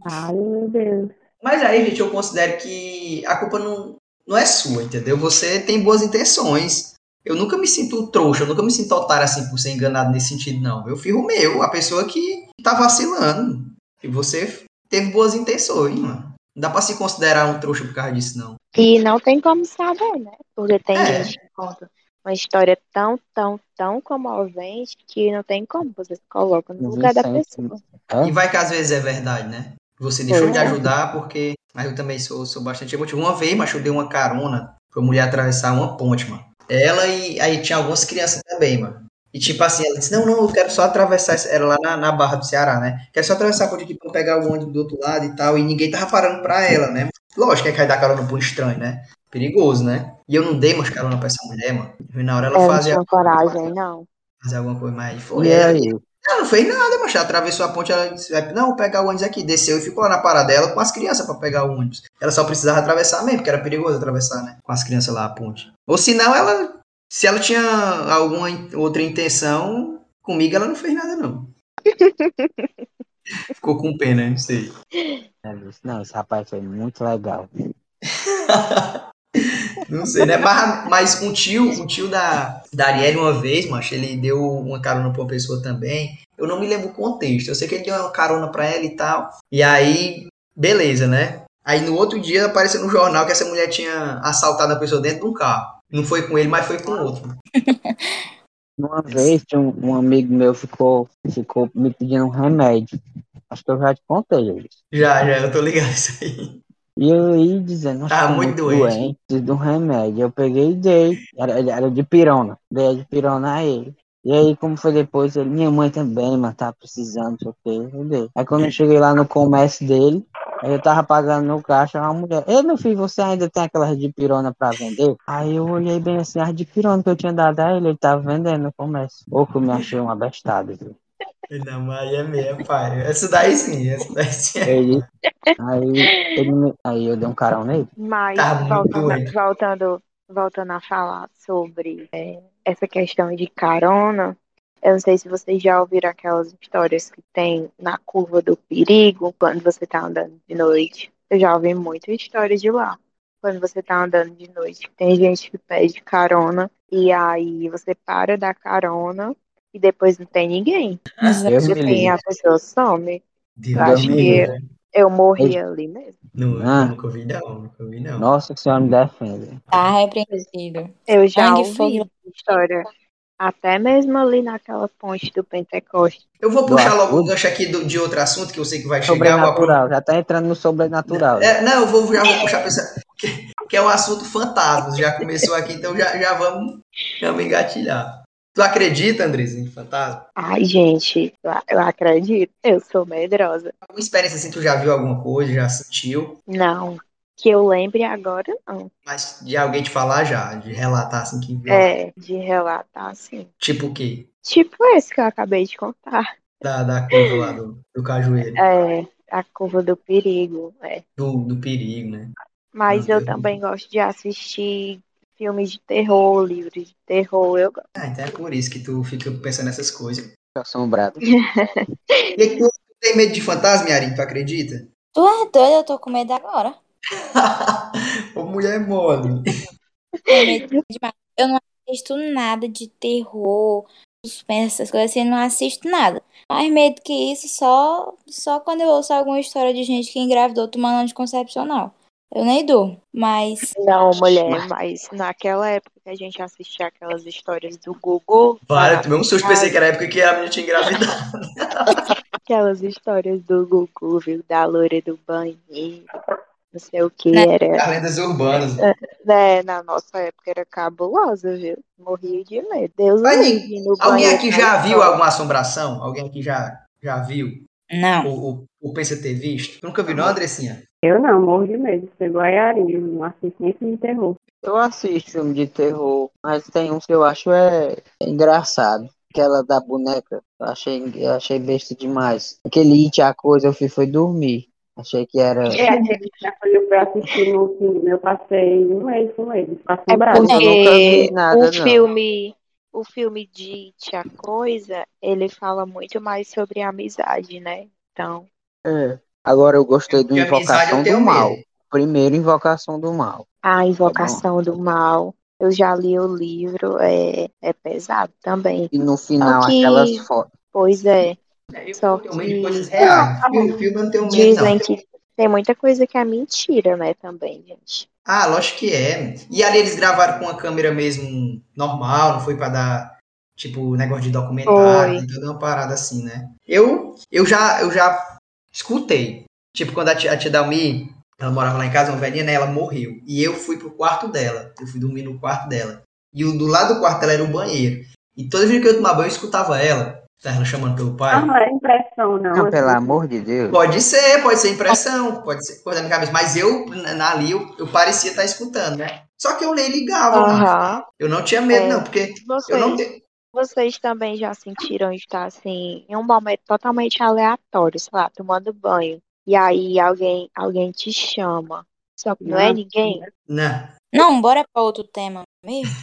Ai, meu Deus.
Mas aí, gente, eu considero que a culpa não, não é sua, entendeu? Você tem boas intenções. Eu nunca me sinto trouxa, eu nunca me sinto otário assim por ser enganado nesse sentido, não. Eu fiz o meu, a pessoa que tá vacilando. E você teve boas intenções, mano. Não dá pra se considerar um trouxa por causa disso, não.
E não tem como saber, né? Porque tem
É.
gente que conta uma história tão, tão, tão comovente que não tem como você se coloca no um lugar da
Vicente.
pessoa.
é Hã?
E vai que às vezes é verdade, né? Você deixou
Pois
de
é.
ajudar porque. Mas eu também sou, sou bastante emotivo. Uma vez, macho, eu dei uma carona pra mulher atravessar uma ponte, mano. Ela e. Aí tinha algumas crianças também, mano. E tipo assim, ela disse: Não, não, eu quero só atravessar. essa-" Era lá na, na Barra do Ceará, né? Quero só atravessar a ponte aqui pra eu pegar o ônibus do outro lado e tal. E ninguém tava parando pra ela, né? Lógico que é cair da carona pra um estranho, né? Perigoso, né? E eu não dei mais carona pra essa mulher, mano. E na hora ela
Eu É, não
fazia,
tinha coragem, não.
fazia alguma coisa mais. Foi
É, então. E é
ela.
aí?
Ela não fez nada, macho. Ela atravessou a ponte, ela disse, vai- não, vou pegar o ônibus aqui. Desceu e ficou lá na parada dela com as crianças pra pegar o ônibus. Ela só precisava atravessar mesmo, porque era perigoso atravessar, né? Com as crianças lá a ponte. Ou se não, ela. Se ela tinha alguma in- outra intenção, comigo ela não fez nada, não. Ficou com pena, não sei.
Eu disse, Não, esse rapaz foi muito legal.
Não sei, né? Mas, mas um tio, um tio da, da Arielle uma vez, macho, ele deu uma carona pra uma pessoa também. Eu não me lembro o contexto. Eu sei que ele deu uma carona pra ela e tal. E aí, beleza, né? Aí no outro dia apareceu no jornal que essa mulher tinha assaltado a pessoa dentro de um carro. Não foi com ele, mas foi com outro.
Uma vez tinha um, um amigo meu ficou, ficou me pedindo um remédio. Acho que eu já te contei isso.
Já, já, eu tô ligado isso aí.
E eu aí dizendo, nossa,
Tava
tô
muito
muito
doente.
doente, preciso de um remédio. Eu peguei e dei. Era, ele era de pirona. Dei a de pirona a ele. E aí, como foi depois, ele, minha mãe também, mas tá precisando, não sei o que, eu dei. Aí quando eu cheguei lá no comércio dele, aí eu tava pagando no caixa, uma mulher, ei meu filho, você ainda tem aquelas de pirona pra vender? Aí eu olhei bem assim, as de pirona que eu tinha dado a ele, ele tava vendendo no comércio. Ou que eu me achei um abestado, viu?
Não, Maria é meia, pai. Essa daí sim, essa daí sim. é
Ele, aí, ele me- aí eu dei um carão nele.
Mas
Tá muito doido.
voltando, voltando, voltando a falar sobre é, essa questão de carona, eu não sei se vocês já ouviram aquelas histórias que tem na curva do perigo, quando você tá andando de noite. Eu já ouvi muita história de lá. Quando você tá andando de noite, tem gente que pede carona e aí você para da carona e depois não tem ninguém.
Deus me
Tipo assim,
livre.
a pessoa some.
Deus
Eu acho
me
que-
livre.
Eu morri ali mesmo.
né? Não,
Ah.
eu nunca vi não, nunca vi não.
Nossa Senhora me defende.
Tá repreendido.
Eu já
Sangue,
ouvi
fogo.
essa história. Até mesmo ali naquela ponte do Pentecoste.
Eu vou
Do
puxar logo um
açude?
gancho aqui do- de outro assunto que eu sei que vai chegar. eu apro-
Sobrenatural, já tá entrando no sobrenatural. né?
É, não, eu vou, já vou puxar pra essa, que, que é um assunto fantasmas. Já começou aqui, então já, já vamos, já vamos engatilhar. Tu acredita, Andres, em fantasma?
Ai, gente, eu, eu acredito. Eu sou medrosa.
Alguma experiência assim, tu já viu alguma coisa, já sentiu?
Não. Que eu lembre agora, não.
Mas de alguém te falar já, de relatar assim que viu.
É, de relatar assim.
Tipo o quê?
Tipo esse que eu acabei de contar.
Da, da curva lá do, do cajueiro,
É, a curva do perigo. É.
do, do perigo, né?
Mas
Ah,
eu
eu-
também gosto de assistir filmes de terror, livros de terror. Eu gosto.
Ah, então é por isso que tu fica pensando nessas coisas.
Assombrado.
E aí, tu tem medo de fantasma, Yarin? Tu acredita?
Tu é doido, eu tô com medo agora.
Ô, mulher mole.
Tô com medo demais. Eu não assisto nada de terror, suspense, essas coisas assim, eu não assisto nada. Mais medo que isso, só, só quando eu ouço alguma história de gente que engravidou tomando anticoncepcional. Eu nem dou, mas
Não, mulher, mas naquela época que a gente assistia aquelas histórias do Google.
Vale, eu tomei um susto, pensei que era a época que a menina tinha engravidado.
Aquelas histórias do Gugu, viu? Da loira do banheiro, não sei o que
Né?
era.
As lendas urbanas.
Né, na nossa época era cabulosa, viu? Morria de medo. Deus
Mas
me
ninguém-
livre no
Alguém
banheiro,
aqui
na
já viu
escola.
alguma assombração? Alguém aqui já, já viu?
não.
Ou, ou, ou pensa ter visto? Nunca viu, não, Andressinha?
Eu não, morro de medo de ser goiarinho, não assisto nem filme um de terror.
Eu assisto filme de terror, mas tem uns que eu acho é, é engraçado. Aquela da boneca, eu achei, eu achei besta demais. Aquele it, a coisa, eu fui foi dormir. Achei que era.
É, quando eu fui assistir no filme, eu passei um mês com ele,
É
assombrado.
Eu
porque
nunca vi nada, não.
o filme, o filme de Tia Coisa, ele fala muito mais sobre amizade, né? Então,
É. Agora eu gostei do
Porque amizade
Invocação
eu tenho
do Mal.
medo.
Primeiro, Invocação do Mal.
a invocação do mal, eu já li o livro, é, é pesado também.
E no final,
que-
aquelas fotos.
Pois é,
É, Eu
Só
tenho medo de
que-
coisas reais. Filme, filme eu não tenho medo, não.
dizem que tem muita coisa que é mentira, né, também, gente.
Ah, lógico que é. E ali eles gravaram com a câmera mesmo normal, não foi pra dar tipo negócio de documentário,
Foi.
né? toda uma parada assim, né? Eu eu já eu já escutei. Tipo quando a tia, a tia Dalmi, ela morava lá em casa, uma velhinha, né, ela morreu. E eu fui pro quarto dela. Eu fui dormir no quarto dela. E o do lado do quarto dela era o banheiro. E toda vez que eu ia tomar banho, eu escutava ela, tá, ela chamando pelo pai.
Não, não é impressão, não.
Não, pelo
assim.
amor de Deus.
Pode ser, pode ser impressão, pode ser coisa da minha cabeça. Mas eu, na, na- ali, eu, eu parecia estar escutando, né? Só que eu nem ligava, cara.
Aham.
Eu não tinha medo,
É.
não, porque eu
Vocês,
não tenho.
vocês também já sentiram estar assim, em um momento totalmente aleatório, sei lá, tomando banho. E aí alguém, alguém te chama. Só que não é
Não.
ninguém.
Não.
Não, bora pra outro tema é mesmo?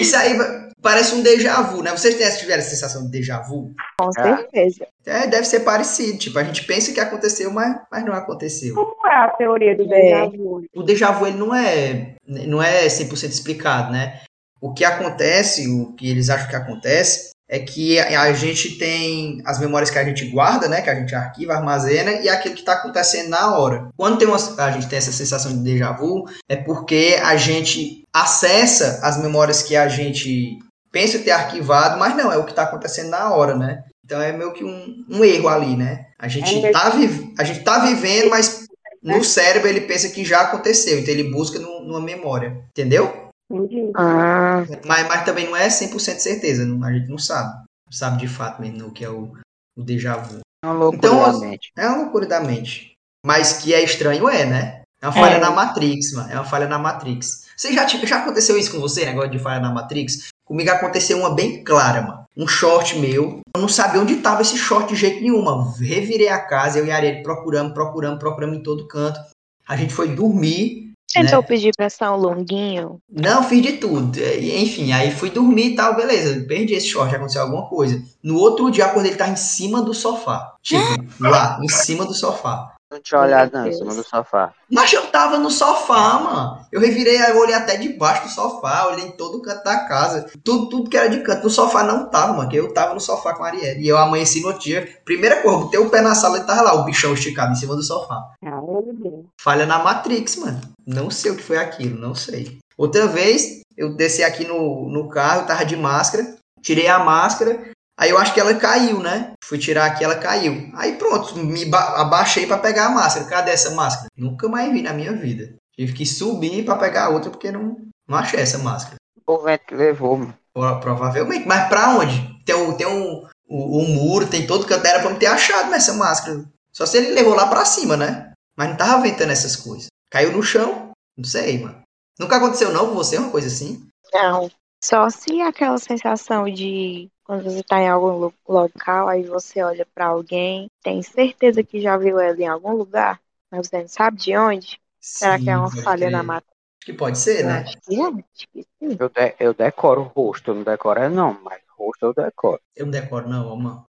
Isso aí va- parece um déjà vu, né? Vocês têm- tiveram essa sensação de déjà vu?
Com
Ah.
certeza.
É, deve ser parecido. Tipo, a gente pensa que aconteceu, mas, mas não aconteceu.
Como é a teoria do déjà vu?
O déjà vu, ele não é, não é 100% explicado, né? O que acontece, o que eles acham que acontece, é que a, a gente tem as memórias que a gente guarda, né? Que a gente arquiva, armazena, e aquilo que está acontecendo na hora. Quando tem uma, a gente tem essa sensação de déjà vu, é porque a gente acessa as memórias que a gente pensa ter arquivado, mas não, é o que está acontecendo na hora, né? Então é meio que um, um erro ali, né? A gente,
É meio
tá vi- a gente tá vivendo, mas no cérebro ele pensa que já aconteceu, então ele busca num- numa memória, entendeu?
Entendi.
Ah,
Mas, mas também não é 100% certeza, não- a gente não sabe. Não sabe de fato mesmo o que é o, o déjà vu.
É uma loucura
Então,
da mente.
É uma loucura da mente. Mas que é estranho, é, né? É uma falha
É.
na Matrix, mano. É uma falha na Matrix. Você já, te- já aconteceu isso com você, negócio de falha na Matrix? Comigo aconteceu uma bem clara, mano. Um short meu. Eu não sabia onde tava esse short de jeito nenhum, mano. Revirei a casa, eu e a Ariel procurando, procurando, procurando em todo canto. A gente foi dormir.
tentou
né?
pedir pra São Longuinho?
Não, fiz de tudo. E, Enfim, aí fui dormir e tal, beleza. Perdi esse short, aconteceu alguma coisa. No outro dia, quando ele tava em cima do sofá. Tipo, lá, em cima do sofá.
Não tinha olhado,
Meu
não, em
Deus.
cima do sofá.
Mas eu tava no sofá, mano. Eu revirei, eu olhei até debaixo do sofá, olhei em todo canto da casa. Tudo, tudo que era de canto. No sofá não tava, mano. que Eu tava no sofá com a Ariel. E eu amanheci no outro dia. Primeira coisa, eu botei o pé na sala e tava lá, o bichão esticado em cima do sofá.
Cara de Deus.
Falha na Matrix, mano. Não sei o que foi aquilo, não sei. Outra vez, eu desci aqui no, no carro, tava de máscara, tirei a máscara, aí eu acho que ela caiu, né? Fui tirar aqui, ela caiu. Aí pronto, me ba- abaixei pra pegar a máscara. Cadê essa máscara? Nunca mais vi na minha vida. Tive que subir pra pegar a outra porque não, não achei essa máscara.
O vento que levou, mano.
Pro- Provavelmente, mas pra onde? Tem, o, tem um, o, o muro, tem todo canto, era pra eu ter achado essa máscara. Só se ele levou lá pra cima, né? Mas não tava ventando essas coisas. Caiu no chão? Não sei, mano. Nunca aconteceu não com você, uma coisa assim?
Não. Só se aquela sensação de quando você tá em algum lo- local, aí você olha pra alguém, tem certeza que já viu ela em algum lugar, mas você não sabe de onde. Será que é uma
pode
falha na
crer.
Matrix?
Acho que pode ser, né?
Acho que é, acho que sim.
Eu, de- eu decoro o rosto, eu não decoro é não, mas rosto eu decoro.
Eu não decoro não, tá ó, mano.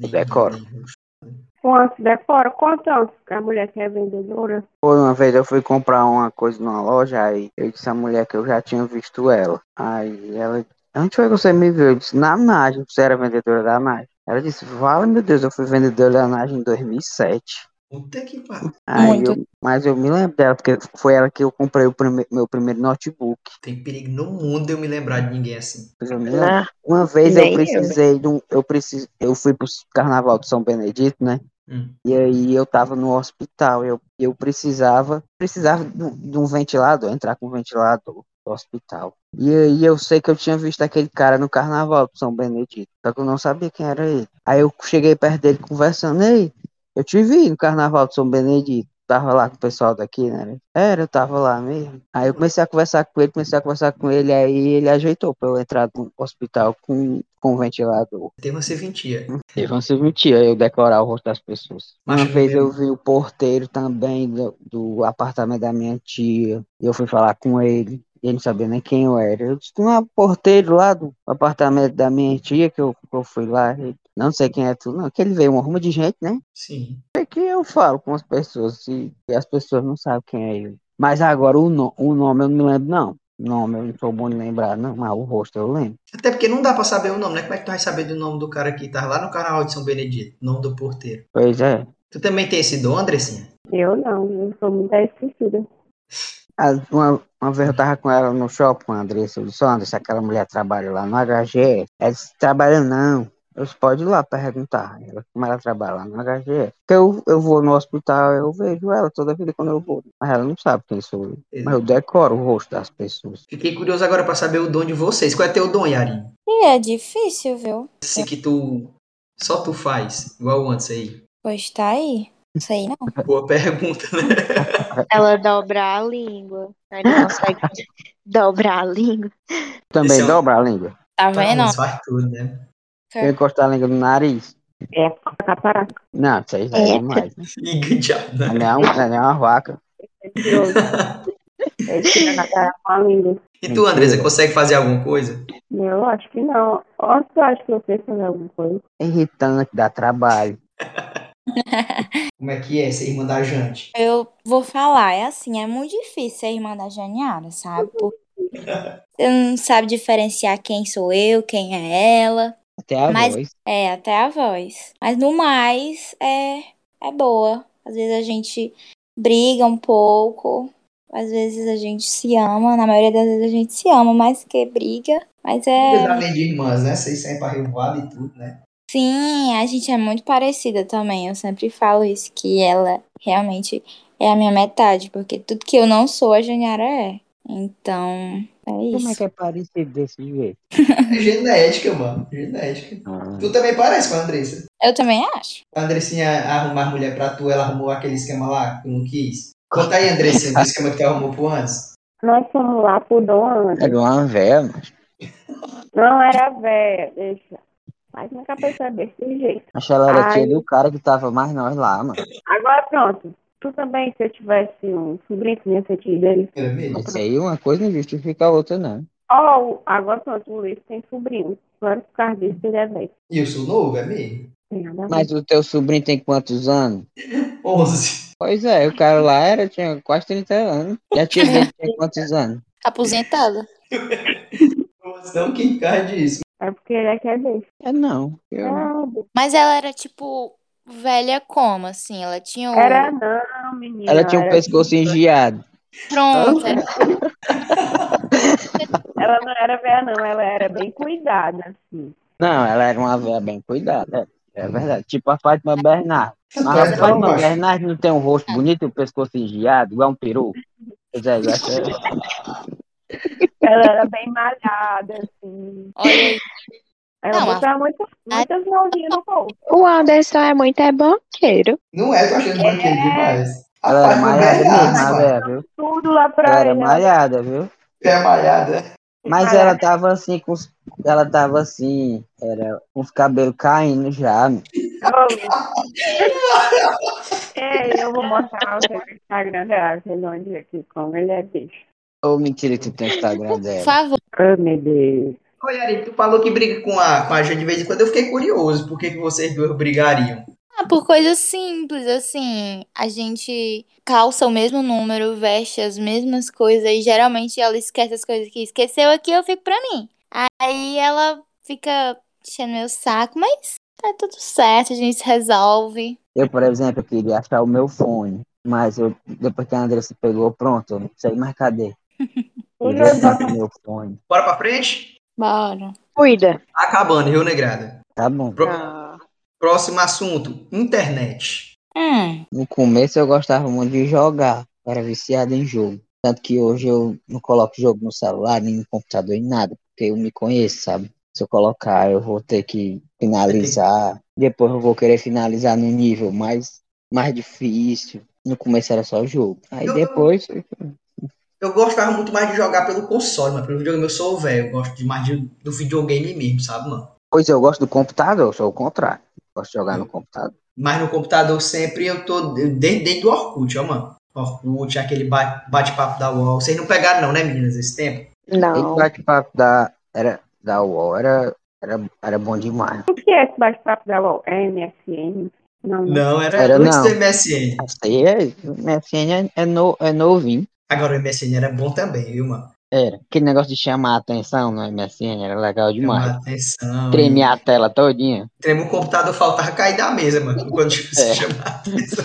Nem-
Decoro.
nem-
Quanto decora? Quanto a mulher que é vendedora?
Foi uma vez eu fui comprar uma coisa numa loja, aí eu disse à mulher que eu já tinha visto ela. Aí ela Onde foi que você me viu? Eu disse, na Nagem, você era vendedora da Nagem. Ela disse, vale, meu Deus, eu fui vendedora da Nagem em 2007.
Puta que pariu.
Aí
Muito.
eu- mas eu me lembro dela, porque foi ela que eu comprei o prime- meu primeiro notebook.
Tem perigo no mundo de eu me lembrar de ninguém assim.
Pois eu me lembro.
Né?
Não,
Uma vez
Nem
eu
eu.
precisei de um. Eu, precis, eu fui pro carnaval de São Benedito, né?
Hum.
E aí eu tava no hospital. Eu, eu precisava. Precisava de um, de um ventilador, entrar com um ventilador do hospital. E aí eu sei que eu tinha visto aquele cara no carnaval de São Benedito. Só que eu não sabia quem era ele. Aí eu cheguei perto dele conversando, ei, eu te vi no carnaval de São Benedito. Tava lá com o pessoal daqui, né? Era, eu tava lá mesmo. Aí eu comecei a conversar com ele, comecei a conversar com ele, aí ele ajeitou pra eu entrar no hospital com, com um ventilador.
Tem uma serventia.
E você mentia eu decorar o rosto das pessoas.
Mas
Uma
eu
vez
lembro.
eu vi o porteiro também do, do apartamento da minha tia, e eu fui falar com ele. e Ele não sabia nem quem eu era. Eu disse, não é o porteiro lá do apartamento da minha tia que eu, que eu fui lá. Ele, não sei quem é tu, não. Que ele veio uma ruma de gente, né?
Sim.
É que eu falo com as pessoas e, e as pessoas não sabem quem é ele. Mas agora o, no- o nome eu não lembro, não. O nome eu não sou bom de lembrar, não. Mas o rosto eu lembro.
Até porque não dá pra saber o nome, né? Como é que tu vai saber do nome do cara que tá lá no carnaval de São Benedito? Nome do porteiro.
Pois é.
Tu também tem esse dom, Andressinha?
Eu não, eu sou muito esquecida.
Ah, Uma, uma vez eu tava com ela no shopping, com a Andressa. Eu disse, "Ó, Andressa, aquela mulher trabalha lá no HGF. Ela disse, trabalha não. Eu disse, pode ir lá perguntar a ela como ela trabalha lá no HGF. Porque eu, eu vou no hospital, eu vejo ela toda vida quando eu vou. Mas ela não sabe quem sou eu. Mas eu decoro o rosto das pessoas.
Fiquei curioso agora pra saber o dom de vocês. Qual é teu dom, Yarin?
E é difícil, viu?
Esse que tu. Só tu faz, igual antes aí.
Pois tá aí. Não sei não.
Boa pergunta, né?
ela dobra a língua. né? Ele consegue dobrar a língua.
Também
Esse é um-
dobra a língua.
Tá vendo?
Faz, faz tudo, né?
Eu encostar a língua no nariz.
É, catarata.
Não, isso aí já é
É.
demais. Né?
Liga já, né?
Não, é um- não é uma vaca.
É tira na cara com a língua.
E tu, Andressa,
Mentira.
consegue fazer alguma coisa?
Eu acho que não. Ou você acha que eu sei fazer alguma coisa?
É Irritante, dá trabalho.
Como é que é ser irmã da Jante?
Eu vou falar, é assim, é muito difícil ser irmã da Janiara, sabe? Porque você não sabe diferenciar quem sou eu, quem é ela.
Até a
Mas-
voz.
É, até a voz. Mas no mais, é, é boa. Às vezes a gente briga um pouco, às vezes a gente se ama, na maioria das vezes a gente se ama mais que briga. Mas é.
Amigas além de irmãs, né? Vocês saem pra revoada e tudo, né?
Sim, a gente é muito parecida também. Eu sempre falo isso, que ela realmente é a minha metade, porque tudo que eu não sou, a Janiara é. Então, é
Como é
isso.
que é parecido desse jeito?
É genética, mano. Genética. Tu também parece com a Andressa.
Eu também acho.
A Andressinha arrumar mulher pra tu, ela arrumou aquele esquema lá que eu não quis. Conta aí, Andressinha, do esquema que tu arrumou pro antes.
Nós fomos lá pro Dom Anderson.
Era uma véia, mas
Não era velha, deixa. Mas minha cabeça é desse jeito.
acho que ela era
Ai.
tia do cara que tava mais nós lá, mano.
Agora pronto. Tu também, se eu tivesse um sobrinho que nem esse tio dele.
Era É mesmo?
Isso aí uma coisa não justifica a outra, não.
Ou, agora pronto, o Luiz tem sobrinho. Agora por causa disso ele é velho.
E eu sou novo, é mesmo?
Tem nada a ver.
Mas o teu sobrinho tem quantos anos?
11.
Pois é, o cara lá era, tinha quase 30 anos. E a tia dele tinha quantos anos?
Aposentada.
Não que encarde disso.
É porque ele é que é desse.
É não. Eu...
Não,
Mas ela era tipo velha como, assim, ela tinha o
Era não, menina.
Ela tinha um o
era-
pescoço engiado.
pronto, era-
Ela não era velha, não. Ela era bem cuidada, assim.
Não, ela era uma velha bem cuidada. É, é verdade. Tipo a Fátima Bernardo. Mas é
Agora
a
tá
Fátima
baixo.
Bernardo não tem um rosto bonito e o pescoço engiado, igual um peru. Pois é, eu acho que é-
Ela era bem malhada, assim.
Olha aí.
Ela
Não, a-
botava muita, muitas mãozinhas no corpo.
O Anderson é muito é banqueiro.
Não é, tô achando banqueiro demais. A
ela era
Fátima
malhada
Bernardes,
mesmo, né, a
mano.
velha, viu?
Tudo lá pra
Ela era
ele.
malhada, viu?
É malhada.
Mas ela tava assim, com os... ela tava assim, era com os cabelos caindo já. né?
Ei, É, eu vou mostrar pra você no Instagram real, vocês vão dizer que como ele é bicho.
Ô, mentira que tu tem o Instagram
Por
dela.
favor,
Ai, meu Deus.
Ô, Yari, tu falou que briga com a, com a gente de vez em quando. Eu fiquei curioso por que, que vocês dois brigariam.
Ah, por coisas simples, assim. A gente calça o mesmo número, veste as mesmas coisas e geralmente ela esquece as coisas que esqueceu aqui, eu fico pra mim. Aí ela fica enchendo meu saco, mas tá tudo certo, a gente se resolve.
Eu, por exemplo, queria achar o meu fone, mas eu, depois que a Andressa pegou, pronto, eu não sei mais cadê. Eu já achei o meu fone.
Bora pra frente?
Bora.
Cuida.
Acabando, Rio Negrada.
Tá bom.
Pro-
Ah,
Próximo assunto, internet.
Hum,
No começo eu gostava muito de jogar, eu era viciado em jogo. Tanto que hoje eu não coloco jogo no celular, nem no computador, em nada, porque eu me conheço, sabe? Se eu colocar, eu vou ter que finalizar. Depois eu vou querer finalizar no nível mais, mais difícil. No começo era só jogo. Aí
Eu-
depois.
Eu gostava muito mais de jogar pelo console, mas pelo videogame eu sou o velho. Eu gosto de mais de- do videogame mesmo, sabe, mano?
Pois eu gosto do computador, eu sou o contrário. Gosto de jogar no computador.
Mas no computador sempre eu tô. Desde, desde o Orkut, ó, mano. Orkut, aquele ba- bate-papo da UOL. Vocês não pegaram, não, né, meninas, esse tempo?
Aquele
não.
bate-papo da, era, da UOL era, era, era bom demais.
O que é esse bate-papo da UOL? É MSN? Não, não.
Não, era,
Era
antes
não.
do MSN.
Essa aí é. MSN é, é, no, é novinho.
Agora o MSN era bom também, viu, mano?
Era. Aquele negócio de chamar a atenção no MSN era legal demais.
Chamar atenção.
Tremer a tela todinha.
Tremia o computador, faltava cair da mesa, mano. Quando você
É.
chamar a atenção.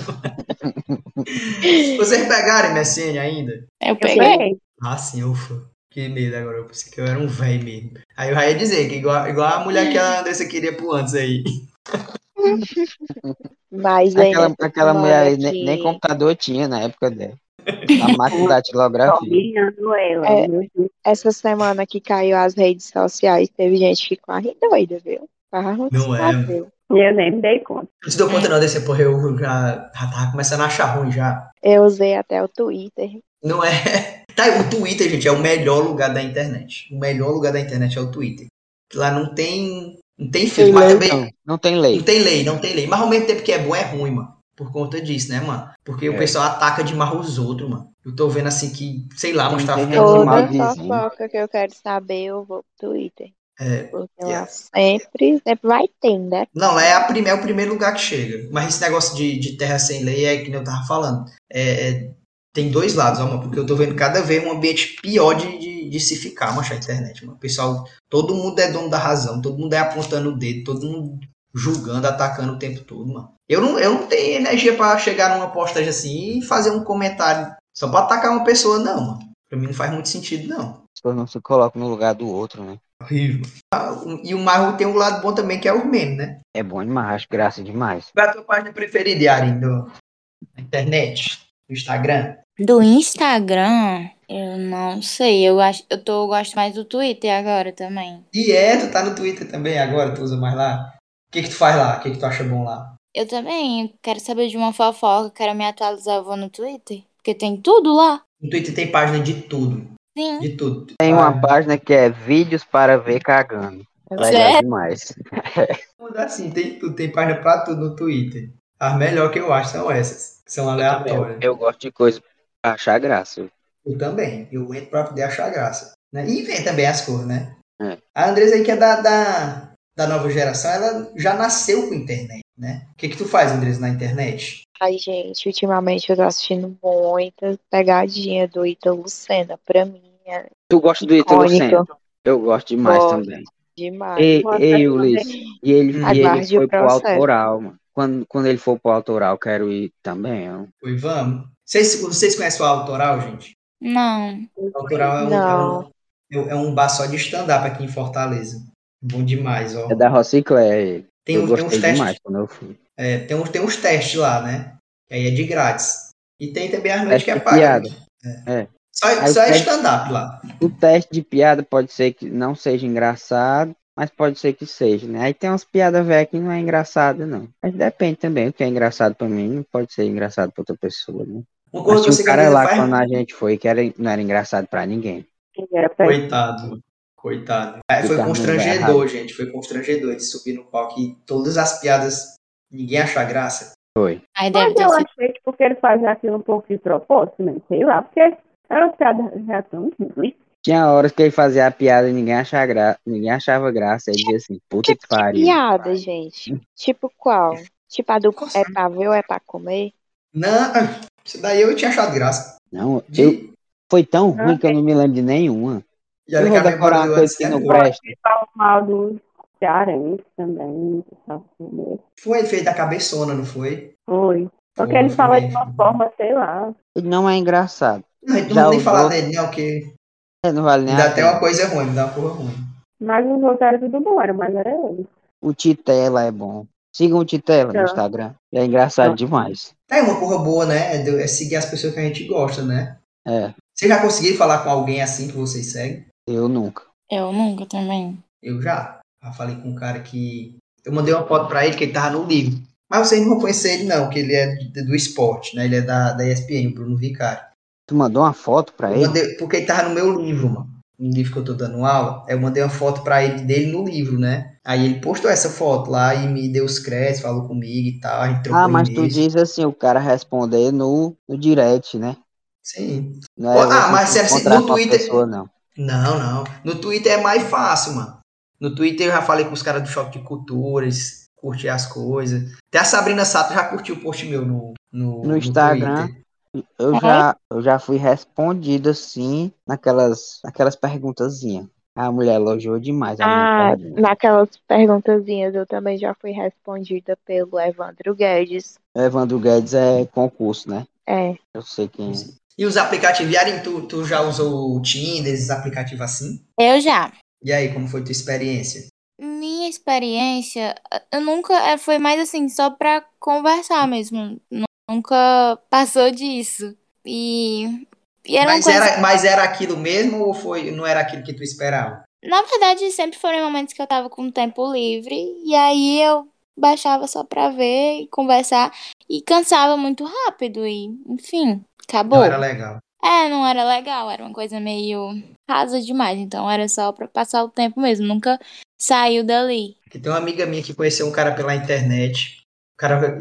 Vocês pegaram MSN ainda?
eu
Eu
peguei.
peguei.
Ah, sim, ufa. Que medo agora, eu pensei que eu era um velho mesmo. Aí eu já ia dizer que igual, igual a mulher que a Andressa queria pro antes aí.
Mas
Aquela,
ainda.
aquela mulher ali,
que-
nem, nem computador tinha na época dela. A máquina da datilografia.
Combinando ela.
É.
meu Deus.
Essa semana que caiu as redes sociais, teve gente que ficou quase doida, viu? Tava
Não é.
desfazendo.
Eu nem me dei conta.
Não se deu conta não desse, porra, eu já, já tava começando a achar ruim já.
Eu usei até o Twitter.
Não é. Tá, o Twitter, gente, é o melhor lugar da internet. O melhor lugar da internet é o Twitter. Lá não tem. Não tem filtro, mas também.
Não, não tem
Não
lei.
tem lei, não tem lei. Mas ao mesmo tempo que é bom, é ruim, mano. Por conta disso, né, mano? Porque o
É.
pessoal ataca demais os outros, mano. Eu tô vendo assim que, sei lá, mas tá
Tem
É um
ficando
gente
Toda
maldizinho.
fofoca que eu quero saber, eu vou pro Twitter.
É.
Porque
Yeah.
lá sempre, sempre vai ter, né?
Não, lá é, a prime- é o primeiro lugar que chega. Mas esse negócio de, de terra sem lei é que nem eu tava falando. É- é- tem dois lados, ó, mano, porque eu tô vendo cada vez um ambiente pior de, de, de se ficar, mancha, a internet, mano. O Pessoal, todo mundo é dono da razão, todo mundo é apontando o dedo, todo mundo julgando, atacando o tempo todo, mano. Eu não, eu não tenho energia pra chegar numa postagem assim e fazer um comentário só pra atacar uma pessoa, não, mano. Pra mim não faz muito sentido, não.
As pessoas não se colocam no lugar do outro, né?
Horrível. Ah, o- E o Marro tem um lado bom também, que é o meme, né?
É bom demais, acho graça demais.
Qual é a tua página preferida, Yari, do- na internet? No Instagram?
Do Instagram, eu não sei. Eu, acho, eu, tô, eu gosto mais do Twitter agora também.
E é, tu tá no Twitter também agora, tu usa mais lá? O que que tu faz lá? O que que tu acha bom lá?
Eu também quero saber de uma fofoca, quero me atualizar, eu vou no Twitter. Porque tem tudo lá.
No Twitter tem página de tudo,
Sim.
de tudo.
Tem uma
página.
página que é vídeos para ver cagando. Legal
Sério?
demais.
Assim, tem tudo, tem página pra tudo no Twitter. As melhores que eu acho são essas, que são aleatórias.
Eu gosto de coisa pra achar graça.
Eu também. Eu entro pra poder achar graça. né? E vem também as cores, né?
É.
A Andresa aí, que é da, da, da nova geração, ela já nasceu com internet, né? O que que tu faz, Andresa, na internet?
Ai, gente, ultimamente eu tô assistindo muita pegadinha do Ítalo Lucena. Pra mim é
Tu gosta do Ítalo Senna?
icônico
Eu gosto demais
Gosto.
também.
demais.
Ei,
Mas
ei,
eu
Ulisses, e ele,
Hum.
e ele
Aguarde o
foi pro
processo.
autoral, mano. Quando, quando ele for pro autoral, quero ir também. ó.
Oi, vamos. Vocês, vocês conhecem o Autoral, gente?
Não.
O Autoral é um,
Não.
é um, é um bar só de stand-up aqui em Fortaleza. Bom demais, ó.
É da Rociclé. ele.
Tem,
eu
uns- tem
gostei
uns testes.
demais quando eu fui.
é, tem, uns, tem uns testes lá, né? Que aí é de grátis. E tem também as noites
Teste
que é
de
paga.
piada.
Só,
Aí
só é
tem-
stand-up lá.
O teste de piada pode ser que não seja engraçado, mas pode ser que seja, né? Aí tem umas piadas velhas que não é engraçada, não. Mas depende também. O que é engraçado pra mim não pode ser engraçado pra outra pessoa, né?
Uma
Mas
coisa que eu
tinha um
sei que a
cara
Andresa
lá
faz
quando a gente foi que era, não era engraçado pra ninguém.
Era pra
Coitado, coitado. Aí foi
Ficar no lugar
constrangedor,
errado.
gente. Foi constrangedor ele subir no palco e todas as piadas, ninguém achar graça.
Foi.
Aí deve
Mas
ter
eu
sido.
achei que porque ele fazia aquilo um pouco de propósito, né? sei lá, porque era uma piada já tão ruim.
Tinha horas que ele fazia a piada e ninguém achava, gra... ninguém achava graça. Ele dizia assim, puta
Tipo
que
de
pariu.
piada, gente. Tipo qual? Tipo a do é pra ver ou é pra comer?
Não, isso daí eu tinha achado graça.
Não, eu...
De-
foi tão
Não,
ruim que eu não me lembro de nenhuma.
E
Eu
olha
vou
que a memória
decorar
do
uma coisa
antes
que
é
não
boa.
presta.
E fala mal dos cearenses também, então, do pessoal mineiro.
Foi ele fez da cabeçona, não foi?
Foi. Porque
Foi,
ele
foi
fala de
mesmo.
uma forma, sei lá.
Ele não é engraçado.
Não, a gente não
Já
vamos nem
usou.
falar dele, não, porque
É, não vale nem
dá
a
até
pena.
uma coisa ruim, me dá uma porra ruim.
Mas os outros eram tudo bom, era- mas era ele.
O Titela é bom. Sigam o Titela
Tá.
no Instagram. É engraçado
Tá.
demais.
É uma porra boa, né? É do- É seguir as pessoas que a gente gosta, né?
É,
Vocês já conseguiram falar com alguém assim que vocês seguem?
eu nunca.
Eu nunca também.
Eu já. Já falei com um cara que. Eu mandei uma foto pra ele que ele tava no livro. Mas vocês não vão conhecer ele, não, que ele é do, do esporte, né? Ele é da, da ESPN, o Bruno Vicari.
Tu mandou uma foto pra
Eu
ele?
mandei- porque ele tava no meu livro, mano. No livro que eu tô dando aula, aí eu mandei uma foto pra ele dele no livro, né? Aí ele postou essa foto lá e me deu os créditos, falou comigo e tal, a gente trocou
Ah, mas tu
e-mail.
diz assim, o cara responder no, no direct, né?
Sim.
Não é
Ah,
você
mas
se
se assim,
encontrar
no
com a
Twitter-
pessoa, não.
Não, não. No Twitter é mais fácil, mano. No Twitter eu já falei com os caras do Choque de Culturas, curtir as coisas. Até a Sabrina Sato já curtiu o post meu no, no,
No Instagram.
Twitter.
Eu
Uhum.
É?
já, eu já fui respondido assim, naquelas, naquelas perguntazinhas. A mulher elogiou demais a minha
Ah,
pergunta.
naquelas perguntazinhas eu também já fui respondida pelo Evandro Guedes.
Evandro Guedes é concurso, né?
É,
Eu sei quem é.
E os aplicativos, Yaren, tu, tu já usou o Tinder, esses aplicativos assim?
Eu já.
E aí, como foi tua experiência?
Minha experiência, eu nunca é, foi mais assim, só pra conversar mesmo. Nu- Nunca passou disso. E, e era uma
Mas
coisa.
era, mas era aquilo mesmo ou foi, não era aquilo que tu esperava?
Na verdade, sempre foram momentos que eu tava com tempo livre. E aí eu baixava só pra ver e conversar. E cansava muito rápido. E, enfim, acabou.
Não era legal.
É, não era legal, era uma coisa meio rasa demais, então era só pra passar o tempo mesmo, nunca saiu dali.
Que tem uma amiga minha que conheceu um cara pela internet. O cara.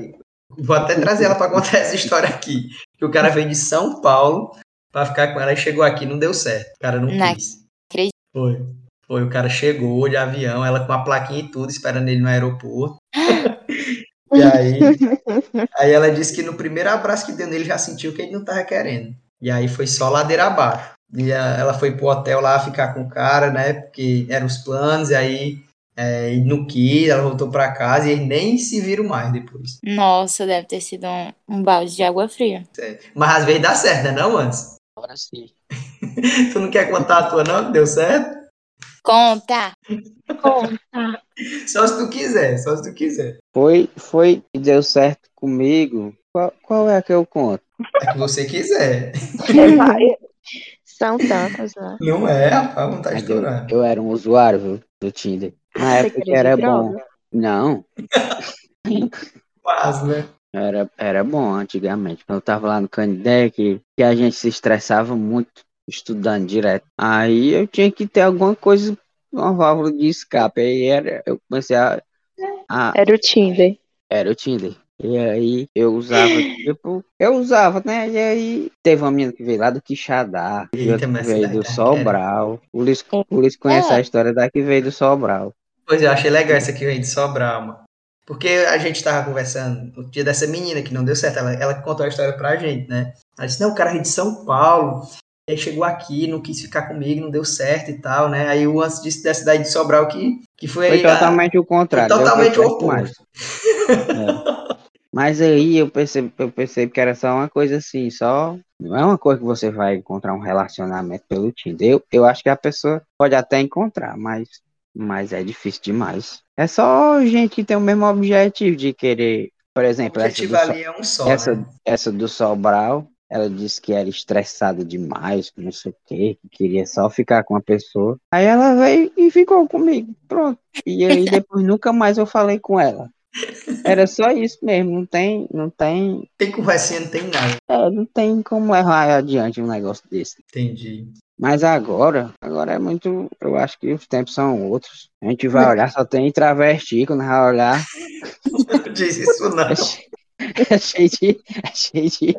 Vou até trazer ela pra contar essa história aqui. Que o cara veio de São Paulo pra ficar com ela e chegou aqui, não deu certo. O cara não
Não
quis.
acredito.
Foi. Foi, o cara chegou de avião, ela com a plaquinha e tudo, esperando ele no aeroporto. E aí, aí ela disse que no primeiro abraço que deu nele já sentiu que ele não tava querendo. E aí foi só ladeira abaixo. E a- ela foi pro hotel lá ficar com o cara, né? Porque eram os planos, e aí é, ele não quis, ela voltou pra casa e eles nem se viram mais depois.
Nossa, deve ter sido um, um balde de água fria.
É. Mas às vezes dá certo, né, não, antes?
Agora sim.
Tu não quer contar a tua, não? que Deu certo?
Conta!
conta.
Só se tu quiser, só se tu quiser.
Foi, foi e deu certo comigo. Qual, qual é a que eu conto?
É que você quiser.
Ele fala,
São tantas, né?
Não é, rapaz, não tá
Mas eu,
estourando.
eu era um usuário viu, do Tinder. Na
Você
época que
queria de
era bom.
droga?
Não,
Quase, né?
era, era bom antigamente. Quando eu tava lá no Canidé, que, que a gente se estressava muito estudando direto. Aí eu tinha que ter alguma coisa, uma válvula de escape. Aí era, eu comecei a- a,
Era o Tinder.
Era o Tinder. E aí eu usava, tipo, eu usava, né? E aí teve uma menina que veio lá do Quixadá, que
Eita, mas
veio
essa daí
do
tá querendo.
Sobral. O Luiz, o Luiz conhece a história da que veio do Sobral.
Pois é, eu achei legal essa aqui, vem de Sobral, mano. Porque a gente tava conversando o dia dessa menina que não deu certo, ela, ela contou a história pra gente, né? Ela disse, não, o cara veio de São Paulo, e aí chegou aqui, não quis ficar comigo, não deu certo e tal, né? Aí o antes disse dessa daí de Sobral que, que foi,
Foi
aí a-
totalmente o contrário.
foi totalmente
deu
o
que
oposto.
mais. É. Mas aí eu percebi, eu percebi que era só uma coisa assim, só. Não é uma coisa que você vai encontrar um relacionamento pelo Tinder. Eu, eu acho que a pessoa pode até encontrar, mas, mas é difícil demais. É só gente que tem o mesmo objetivo de querer. Por
o
exemplo, essa do,
objetivo
So-
ali é um só, né?
essa, essa do Sobral, ela disse que era estressada demais, que não sei o quê, que queria só ficar com a pessoa. Aí ela veio e ficou comigo. Pronto. E aí depois nunca mais eu falei com ela. Era só isso mesmo, não tem, não tem,
Tem conversinha, não tem nada.
é, não tem como levar adiante um negócio desse.
Entendi.
Mas agora, agora é muito, eu acho que os tempos são outros. A gente vai olhar, só tem travesti, quando vai olhar,
Não diz isso, não.
é che- é cheio de, é cheio de,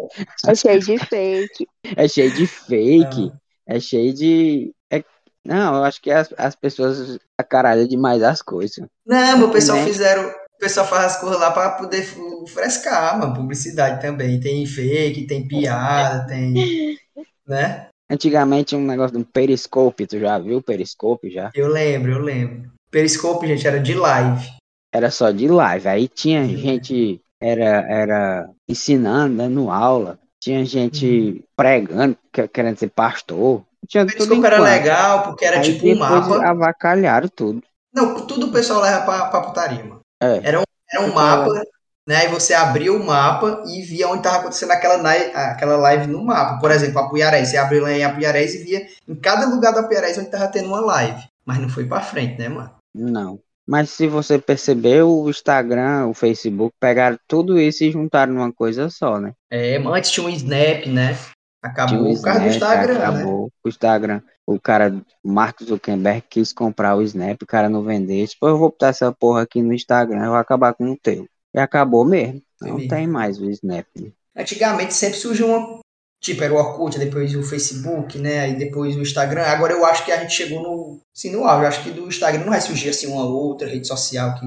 É cheio de fake.
é cheio de fake, é cheio de, é- não, eu acho que as, as pessoas acaralham demais as coisas.
Não, mas o pessoal
Né?
fizeram. O pessoal faz as coisas lá pra poder fu- frescar, mano. Publicidade também. Tem fake, tem piada, tem. Né?
Antigamente um negócio de um periscope, tu já viu o periscope já?
Eu lembro, eu lembro. Periscope, gente, era de live.
Era só de live. Aí tinha gente era era ensinando, dando aula. Tinha gente pregando, que- querendo ser pastor. Tinha
O
tudo
Uhum. Periscope era
enquanto.
legal, porque era
Aí
tipo um
depois
mapa.
avacalharam tudo.
Não, tudo o pessoal leva pra, pra putaria, mano.
É.
Era um, era um
Ficou
mapa, né? E você abria o mapa e via onde tava acontecendo aquela, nai- aquela live no mapa. Por exemplo, Apuiarés. Você abriu lá em Apuiarés e via em cada lugar da Apuiarés onde tava tendo uma live. Mas não foi pra frente, né, mano?
Não. Mas se você percebeu, o Instagram, o Facebook pegaram tudo isso e juntaram numa coisa só, né?
É, mano, antes tinha um Snap, né?
Tinha um
Acabou o carro do
Snap,
Instagram, né?
acabou o Instagram. O cara, o Mark Zuckerberg, quis comprar o Snap, o cara não vendeu. Depois eu vou botar essa porra aqui no Instagram, eu vou acabar com o teu. E acabou mesmo. Não
Sim.
tem mais o Snap. né?
Antigamente sempre surgiu uma. Tipo, era o Orkut, depois o Facebook, né? Aí depois o Instagram. Agora eu acho que a gente chegou no. Assim, no auge. Eu acho que do Instagram não vai surgir assim uma outra rede social que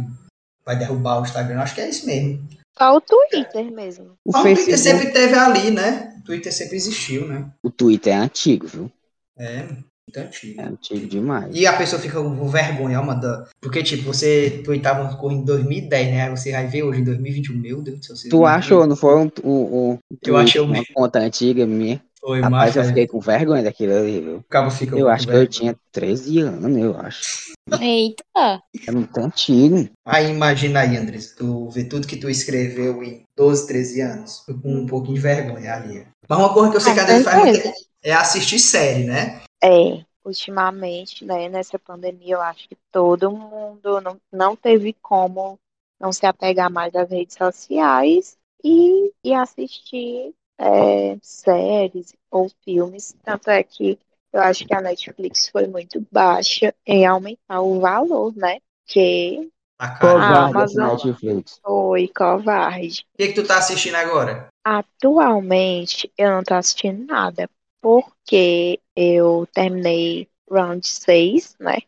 vai derrubar o Instagram. Eu acho que é isso mesmo.
Só o Twitter mesmo.
O
Mas o Twitter
Facebook,
sempre teve ali, né? O Twitter sempre existiu, né?
o Twitter é antigo, viu?
É, muito
É
antigo.
antigo demais.
E a pessoa fica com vergonha, uma da. Porque, tipo, você tweetava uma coisa em 2010, né? Aí Você vai ver hoje em 2021, meu Deus do céu. você
Tu
não
achou, não foi um, um, um
Eu achei
uma
um.
conta antiga minha?
Oi,
Rapaz,
macho.
eu
aí
fiquei com vergonha daquilo ali, viu?
O cabo fica
Eu
com
acho que eu
vergonha.
tinha 13 anos, eu acho.
Eita!
É muito antigo.
Aí imagina aí, Andres, tu vê tudo que tu escreveu em 12, 13 anos. Fico com um pouquinho de vergonha ali. Mas uma coisa que eu sei
Ah,
que a Andres faz
certeza.
muito é assistir série, né?
É, ultimamente, né, nessa pandemia, eu acho que todo mundo não, não teve como não se apegar mais às redes sociais e, e assistir é, séries ou filmes. Tanto é que eu acho que a Netflix foi muito baixa em aumentar o valor, né? Que
A cara.
Ah,
Covarde
mas
essa
não.
Netflix.
foi covarde.
O que, que tu tá assistindo agora?
Atualmente eu não tô assistindo nada, porque eu terminei round 6, né?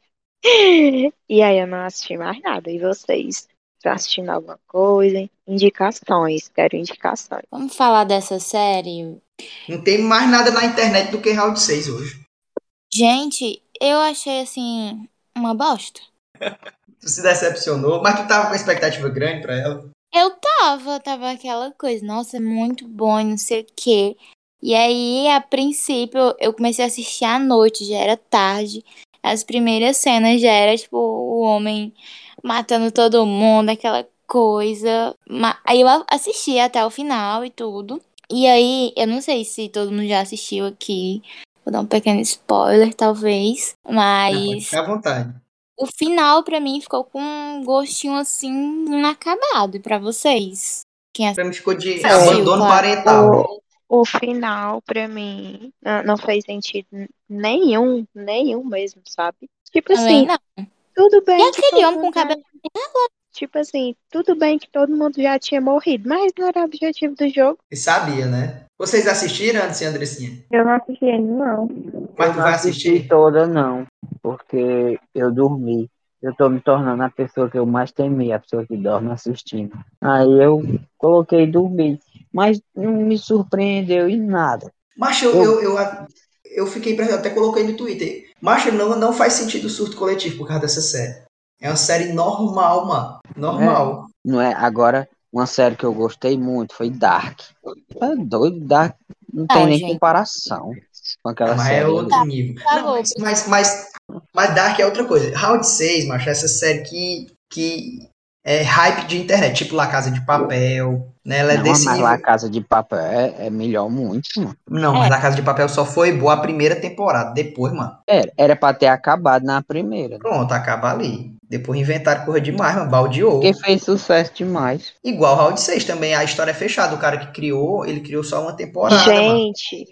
E aí eu não assisti mais nada. E vocês? Estão assistindo alguma coisa? Indicações, quero indicações.
Vamos falar dessa série?
Não tem mais nada na internet do que Round 6 hoje.
Gente, eu achei assim uma bosta.
Tu se decepcionou, mas tu tava com expectativa grande pra ela.
Eu tava, tava aquela coisa, nossa, é muito bom, e não sei o quê. E aí, a princípio, eu comecei a assistir à noite, já era tarde. As primeiras cenas já era, tipo, o homem matando todo mundo, aquela coisa. Ma- Aí eu a- assisti até o final e tudo. E aí, eu não sei se todo mundo já assistiu aqui. Vou dar um pequeno spoiler, talvez.
Não, pode
Mas
ficar à vontade.
o final, pra mim, ficou com um gostinho assim inacabado. E pra vocês? Quem é
Tipo
Pra mim ficou de
Assistiu,
abandono
claro.
parental.
O, o final, pra mim, não, não fez sentido nenhum, nenhum mesmo, sabe? Tipo
Também
assim,
não.
tudo
Tá E
bem que
aquele
todo
homem com
mundo já
cabelo
Tipo assim, tudo bem que todo mundo já tinha morrido, mas não era o objetivo do jogo.
E sabia, né? Vocês assistiram antes, Andressinha?
Eu não assisti ainda, não.
Mas
eu
tu
não
vai
assisti
assistir?
toda, não. Porque eu dormi. Eu tô me tornando a pessoa que eu mais temia, a pessoa que dorme assistindo. Aí eu coloquei dormir. Mas não me surpreendeu em nada.
Macho, eu, eu,
Eu-
eu, a- eu fiquei impressionado, até coloquei no Twitter. Macho, não, não faz sentido o surto coletivo por causa dessa série. É uma série normal, mano. Normal.
Não é? Agora, uma série que eu gostei muito foi Dark. É doido, Dark não tem
Não,
nem
gente.
comparação com aquela
mas
série né?
é
ali.
outro nível.
Tá
Não,
bom,
mas, mas, mas, mas Dark é outra coisa. Round 6, macho, é essa série que, que é hype de internet. Tipo La Casa de Papel, né? Ela é
Não,
desse
mas lá a
nível.
Casa de Papel é, é melhor muito, mano.
Não, mas La Casa de Papel só foi boa a primeira temporada. Depois, mano,
Era, era pra ter acabado na primeira.
pronto, acaba ali. Depois inventaram coisa demais, mano. Baldeou.
Porque fez sucesso demais.
Igual Round 6 também, a história é fechada. O cara que criou, ele criou só uma temporada, né, mano.
Gente,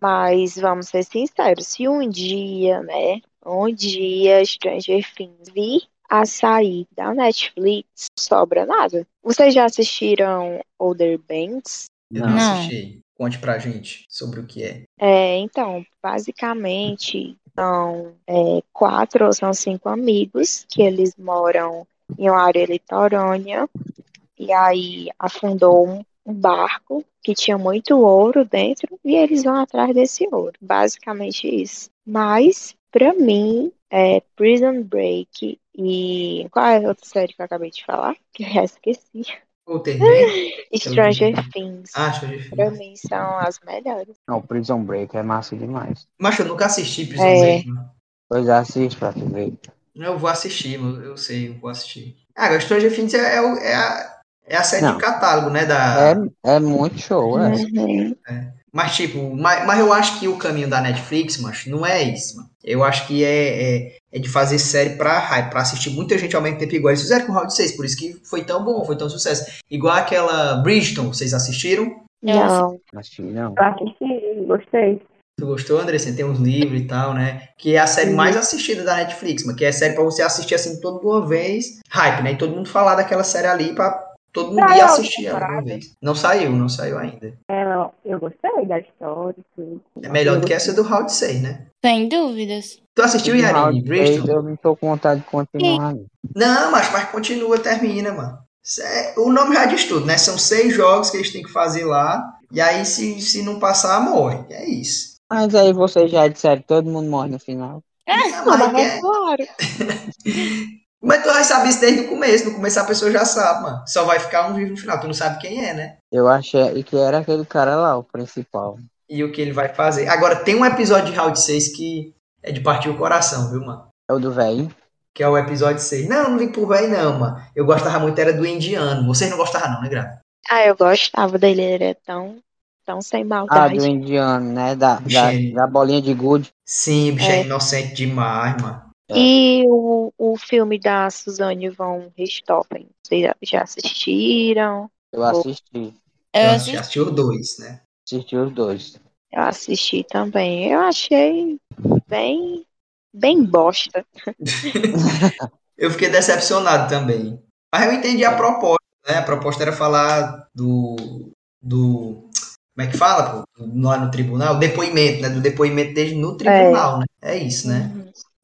mas vamos ser sinceros, se um dia, né, um dia Stranger Things vir a sair da Netflix, sobra nada. Vocês já assistiram Older Banks?
Eu não,
Não.
assisti. Conte pra gente sobre o que é.
É, então, basicamente são é, quatro ou são cinco amigos que eles moram em uma área litorânea e aí afundou um um barco que tinha muito ouro dentro e eles vão atrás desse ouro. Basicamente isso. Mas, pra mim, é Prison Break e. Qual é a outra série que eu acabei de falar? Que eu esqueci.
Ou Terreno.
Stranger Things.
Ah, show de filme.
Pra mim são as melhores.
Não, Prison Break é massa demais.
Mas eu nunca assisti Prison
É.
Break. mano.
Pois assiste pra tu ver.
Eu vou assistir, mano. eu sei, eu vou assistir. Ah, agora Stranger Things é, é, o- é a, é a série
Não.
de catálogo, né? Da...
É, é muito show, é.
Uhum.
Mas, tipo, mas, mas eu acho que o caminho da Netflix, mas não é isso, mano. Eu acho que é, é, é de fazer série pra hype, pra assistir muita gente ao mesmo tempo, igual eles fizeram com o Round 6, por isso que foi tão bom, foi tão sucesso. Igual aquela Bridgeton, vocês assistiram?
Não,
Mas filho, não.
Eu assisti, gostei.
Tu gostou, Andressa? Tem uns livros e tal, né? Que é a série mais assistida da Netflix, mano. Que é série pra você assistir, assim, toda de uma vez. Hype, né? E todo mundo falar daquela série ali pra todo mundo ir
Saiu a
assistir ela de uma
temporada?
vez. Não saiu, não saiu ainda.
Ela, É, eu gostei da história. tudo.
É melhor do que
Eu
essa do Round 6, né?
Sem dúvidas.
Tu assistiu, é Yarine?
Round
Bridgeton?
três, Eu não tô com vontade de continuar. não.
Não, mas, mas continua, termina, mano. Cê- o nome já diz tudo, né? São seis jogos que eles têm que fazer lá. E aí, se, se não passar, morre. É isso.
Mas aí vocês já disseram que todo mundo morre no final.
Não, mas,
mas é
é-
claro.
mas tu vai saber isso desde o começo. No começo a pessoa já sabe, mano. Só vai ficar um vivo no final. Tu não sabe quem é, né?
Eu achei que era aquele cara lá, o principal.
E o que ele vai fazer. Agora, tem um episódio de Round 6 que é de partir o coração, viu, mano?
É o do velho.
Que é o episódio 6. Não, não ligo pro velho, não, mano. Eu gostava muito, era do indiano. Vocês não gostavam, não, né, Grava?
Ah, eu gostava dele, ele é tão, tão sem
Ah,
maldade.
do indiano, né? Da, da,
Sim.
da bolinha de gude.
Sim, bicho, é
É.
inocente demais, mano.
É.
E o, o filme da Suzanne von Richthofen, vocês já- já assistiram?
Eu assisti.
É,
Eu
Já-
assisti.
Já Então, assistiu dois, né?
Assisti os dois.
Eu assisti também. Eu achei bem, bem bosta.
Eu fiquei decepcionado também. Mas eu entendi a proposta, né? A proposta era falar do. do como é que fala, pô? Do- Lá no tribunal? Depoimento, né? Do depoimento desde no tribunal, né? É isso, né?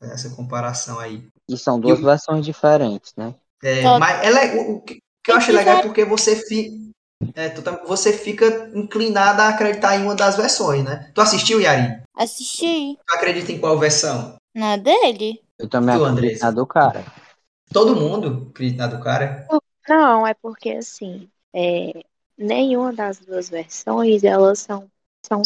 Essa comparação aí.
E são duas
E o-
versões diferentes, né?
É,
Só-
mas é le- o, o que o que eu
Se
achei legal é
quiser-
porque você fica. tá, você fica inclinado a acreditar em uma das versões, né? Tu assistiu, Yari?
Assisti.
Tu acredita em qual versão?
Na
né,
dele?
Eu também
Tu,
acredito
Andressa?
na do cara.
Todo mundo acredita na do cara?
Não, é porque assim, é, nenhuma das duas versões, elas são, são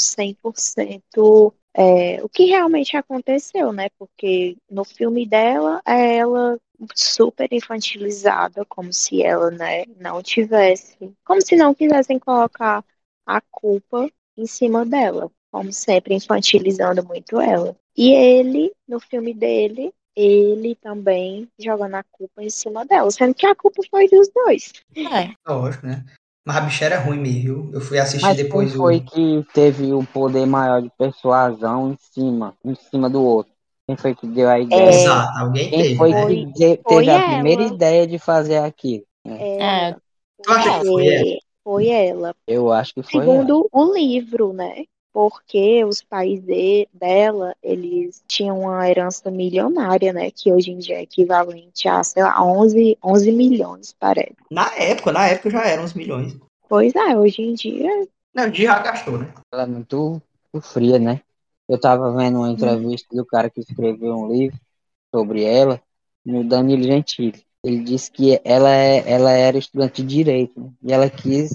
100% é, o que realmente aconteceu, né? Porque no filme dela, é ela super infantilizada, como se ela, né, não tivesse, como se não quisessem colocar a culpa em cima dela, como sempre infantilizando muito ela. E ele, no filme dele, ele também jogando a culpa em cima dela, sendo que a culpa foi dos dois.
É.
Lógico, né? Mas a bicha era ruim mesmo, viu? Eu fui assistir
Mas
depois
quem
do.
foi que teve o poder maior de persuasão em cima, em cima do outro? Quem foi que deu a ideia?
Exato, alguém
É, Quem
teve,
foi
né?
que de-
É, Foi
teve a
ela.
primeira ideia de fazer aquilo?
Ela,
Tu acha que foi ela?
porque foi ela.
Eu acho que foi ela.
Segundo o livro, né? Porque os pais de- dela, eles tinham uma herança milionária, né? Que hoje em dia é equivalente a, sei lá, 11, 11 milhões, parece.
Na época, na época já eram uns milhões.
Pois é, hoje em dia
Não, de já gastou, né?
Ela é muito, muito fria, né? Eu tava vendo uma entrevista do cara que escreveu um livro sobre ela, no Danilo Gentili. Ele disse que ela, é, ela era estudante de direito né? e ela quis,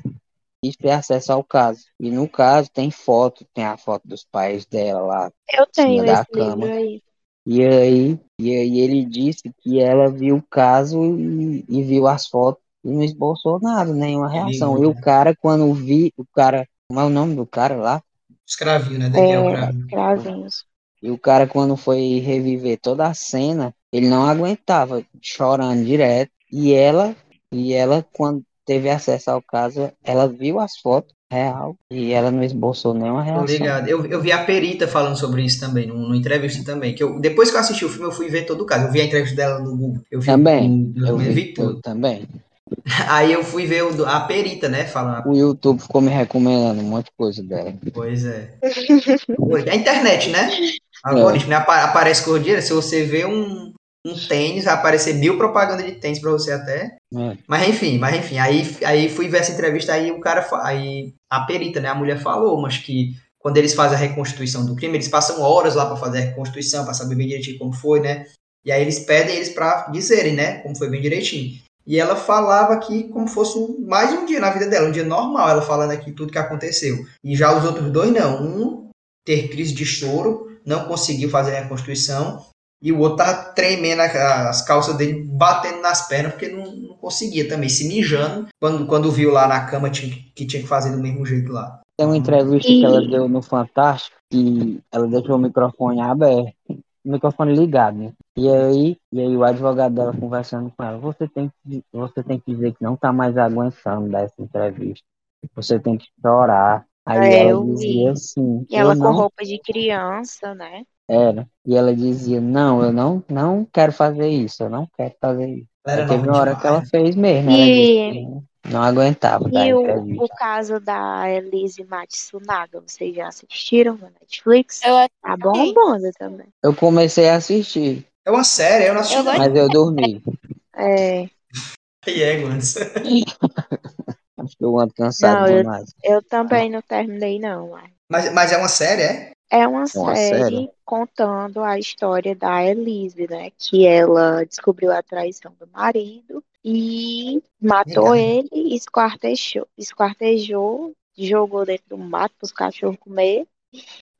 quis ter acesso ao caso. E no caso tem foto, tem a foto dos pais dela lá
eu tenho
da
esse livro
cama.
aí.
E aí, e aí ele disse que ela viu o caso e, e viu as fotos e não esboçou nada, nenhuma reação. E
Nenhuma.
o cara, quando vi, o cara, como é o nome do cara lá?
Escravinho, né? Daniel
É,
Cravinho.
Cravinhos.
E o cara, quando foi reviver toda a cena, ele não aguentava, chorando direto. E ela, e ela, quando teve acesso ao caso, ela viu as fotos real e ela não esboçou nenhuma
Tô
reação.
ligado. Eu, eu vi a Perita falando sobre isso também, num- numa entrevista também. Que eu, depois que eu assisti o filme, eu fui ver todo o caso. Eu vi a entrevista dela no Google. Eu vi
Também,
o- o-
eu
eu
vi,
vi
eu
tudo.
também.
Aí eu fui ver o do- a Perita, né? Falando.
O YouTube ficou me recomendando um monte de coisa dela.
Pois é.
É.
A internet, né? Algoritmo, né? Apa- Aparece cor de dinheiro. Se você vê um, um tênis, vai aparecer mil propaganda de tênis pra você até.
É.
Mas enfim, mas enfim, aí, aí fui ver essa entrevista, aí o cara, fa- aí a perita, né, a mulher falou, mas que quando eles fazem a reconstituição do crime, eles passam horas lá pra fazer a reconstituição, pra saber bem direitinho como foi, né? E aí eles pedem eles pra dizerem, né, como foi bem direitinho. E ela falava aqui como fosse um- mais um dia na vida dela, um dia normal, ela falando aqui tudo que aconteceu. E já os outros dois não, um ter crise de choro, não conseguiu fazer a reconstituição, e o outro tava tremendo a- as calças dele, batendo nas pernas, porque não, não conseguia também, se mijando, quando, quando viu lá na cama tinha que, que tinha que fazer do mesmo jeito lá.
Tem uma entrevista
E-
que ela deu no Fantástico que ela deixou o microfone aberto, o microfone ligado, né? E aí, e aí o advogado dela conversando com ela, você tem que, você tem que dizer que não tá mais aguentando dessa entrevista. Você tem que chorar. Aí
É,
ela
eu vi.
dizia assim,
E ela
eu
com
não
roupa de criança, né?
era. E ela dizia, não, eu não, não quero fazer isso, eu não quero fazer isso.
Ela
Aí
era
teve
nova
uma hora que ela
demais.
fez mesmo, ela
E-
disse que não, não aguentava da
E o, o
entrevista.
caso da Elise Matsunaga, vocês já assistiram na Netflix?
Eu acho
Tá bombando também.
Eu comecei a assistir,
É uma série, eu não assisti
Eu
não.
gosto-
mas eu dormi.
É,
E é, Glandes.
Acho que eu ando um cansado
Não, eu-
demais.
eu também não terminei, não. mas
Mas, mas é uma série, é?
É uma
Uma
série
série?
contando a história da Elise, né? Que ela descobriu a traição do marido e matou
Legal.
ele, esquartejou, esquartejou, jogou dentro do mato para os cachorros comer.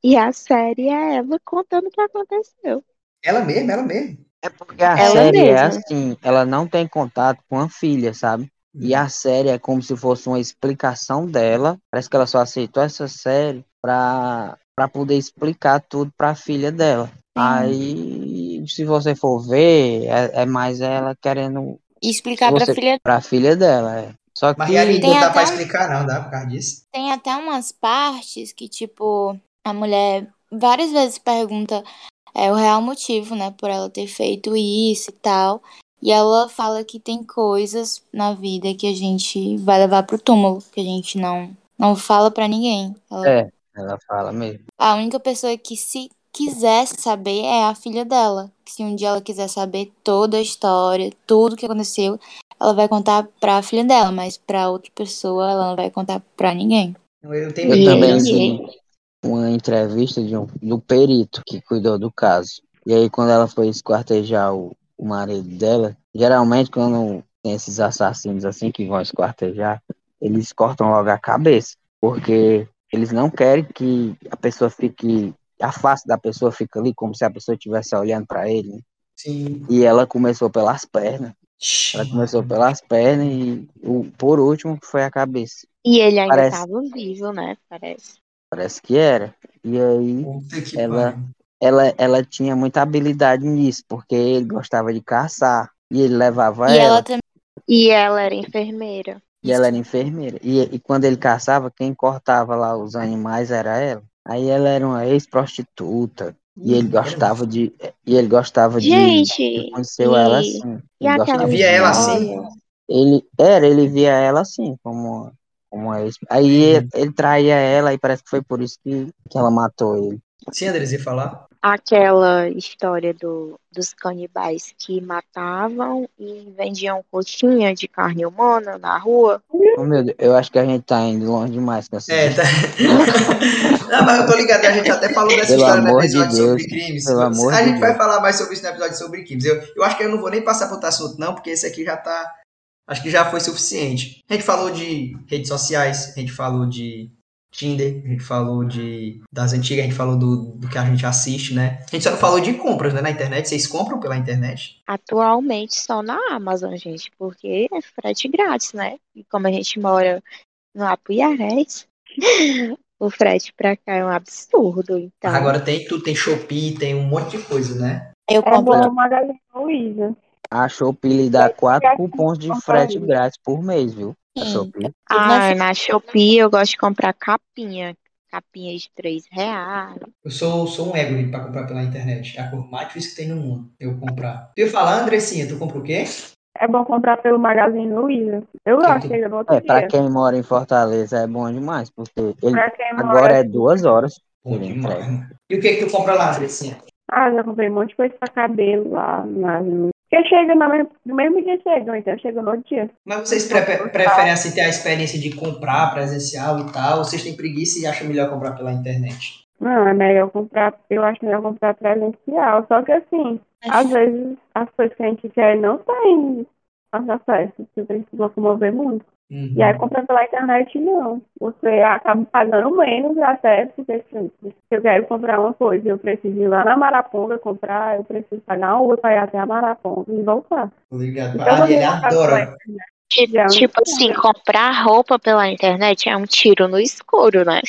E a série é ela contando o que aconteceu.
Ela mesma, ela mesma.
É porque a
Ela
série é
mesma.
assim, ela não tem contato com a filha, sabe? E a série é como se fosse uma explicação dela. Parece que ela só aceitou essa série pra, pra poder explicar tudo pra filha dela. Aí, se você for ver, é, é mais ela querendo
Explicar pra
você
filha.
pra filha dela. é. Só
Mas realmente
que
Tem
não dá
até
pra
um-
explicar não, dá por causa disso.
Tem até umas partes que, tipo, a mulher várias vezes pergunta é, o real motivo, né, por ela ter feito isso e tal. E ela fala que tem coisas na vida que a gente vai levar pro túmulo, que a gente não, não fala pra ninguém. Ela-
é, ela fala mesmo.
a única pessoa que se quisesse saber é a filha dela. Que se um dia ela quiser saber toda a história, tudo que aconteceu, ela vai contar pra filha dela, mas pra outra pessoa ela não vai contar pra ninguém.
Eu tenho
Eu
E
medo
também
disso.
aí,
vi uma entrevista de um, do perito que cuidou do caso. E aí, quando ela foi esquartejar o, o marido dela, geralmente quando tem esses assassinos assim que vão esquartejar, eles cortam logo a cabeça, porque eles não querem que a pessoa fique, a face da pessoa fica ali como se a pessoa estivesse olhando para ele. né?
Sim.
E ela começou pelas pernas, ela começou pelas pernas e o, por último foi a cabeça.
e ele ainda
Parece,
estava vivo, né? Parece.
parece que era. E aí
Puta que
ela
pariu.
ela, ela tinha muita habilidade nisso, porque ele gostava de caçar. E ele levava
E
é, ela,
ela também.
E ela era enfermeira.
e ela era enfermeira. E, e quando ele caçava, quem cortava lá os animais era ela. Aí ela era uma ex-prostituta. E ele
Ih, era mesmo.
gostava de. E ele gostava de. Ele
Gente,
conheceu ela
e,
assim.
e
Ele
aquela
gostava
Via ela
de.
assim?
história?
Ele era, ele via ela assim, como, como uma ex. Aí
Uhum.
ele, ele traía ela e parece que foi por isso que, que ela matou ele.
Sim, Andres, ia falar?
aquela história do, dos canibais que matavam e vendiam coxinha de carne humana na rua.
Oh, meu Deus, eu acho que a gente tá indo longe demais com essa
É, tá. Não, mas eu tô ligado, a gente até falou dessa
Pelo
história no
amor de
episódio
Deus.
sobre crimes.
Pelo amor
A
de
gente vai
Deus.
falar mais sobre isso no episódio sobre crimes. Eu, eu acho que eu não vou nem passar para outro assunto, não, porque esse aqui já tá. Acho que já foi suficiente. A gente falou de redes sociais, a gente falou de Tinder, a gente falou de das antigas, a gente falou do, do que a gente assiste, né? A gente só não falou de compras, né, na internet. Vocês compram pela internet?
Atualmente só na Amazon, gente, porque é frete grátis, né? E como a gente mora no Apuiarés, o frete pra cá é um absurdo.
Mas
Então,
agora tem tudo, tem Shopee, tem um monte de coisa, né?
Eu
É
compro
bom Magazine Luiza.
A Shopee lhe dá quatro cupons de
Comprar
frete
aí.
grátis por mês, viu? A
Sim,
Shopee.
tudo na
ah, na Shopee eu gosto de comprar capinha. Capinha de 3 reais.
Eu sou, sou um ego pra comprar pela internet. É a cor mais difícil que tem no mundo. Eu comprar. Tu ia falar, Andressinha, tu compra o quê?
É bom comprar pelo Magazine Luiza. Eu
Tem
gosto,
que-
chega no outro
É, pra
dia.
quem mora em Fortaleza é bom demais, porque ele
Pra quem mora
agora é duas horas.
Bom
Ele entrega.
demais. mano. E o que que tu é compra lá, Andressinha?
Ah, já comprei um monte de coisa pra cabelo lá. Mas... Porque chega no mesmo, no mesmo dia chegam, então chega no outro dia.
Mas vocês pre- preferem assim, ter a experiência de comprar presencial e tal? Ou vocês têm preguiça e acham melhor comprar pela internet?
Não, é melhor comprar, eu acho melhor comprar presencial. Só que assim, às vezes as coisas que a gente quer não tem acesso. Você tem que se locomover muito.
Uhum.
E aí compra pela internet não. Você acaba pagando menos até porque assim, se eu quero comprar uma coisa, eu preciso ir lá na Maraponga comprar, eu preciso pagar um Uber para ir até a Maraponga e voltar.
Obrigado.
Então,
Ah,
quando
ele
eu faço
adora.
Ti-
Já.
Tipo assim, comprar roupa pela internet é um tiro no escuro, né?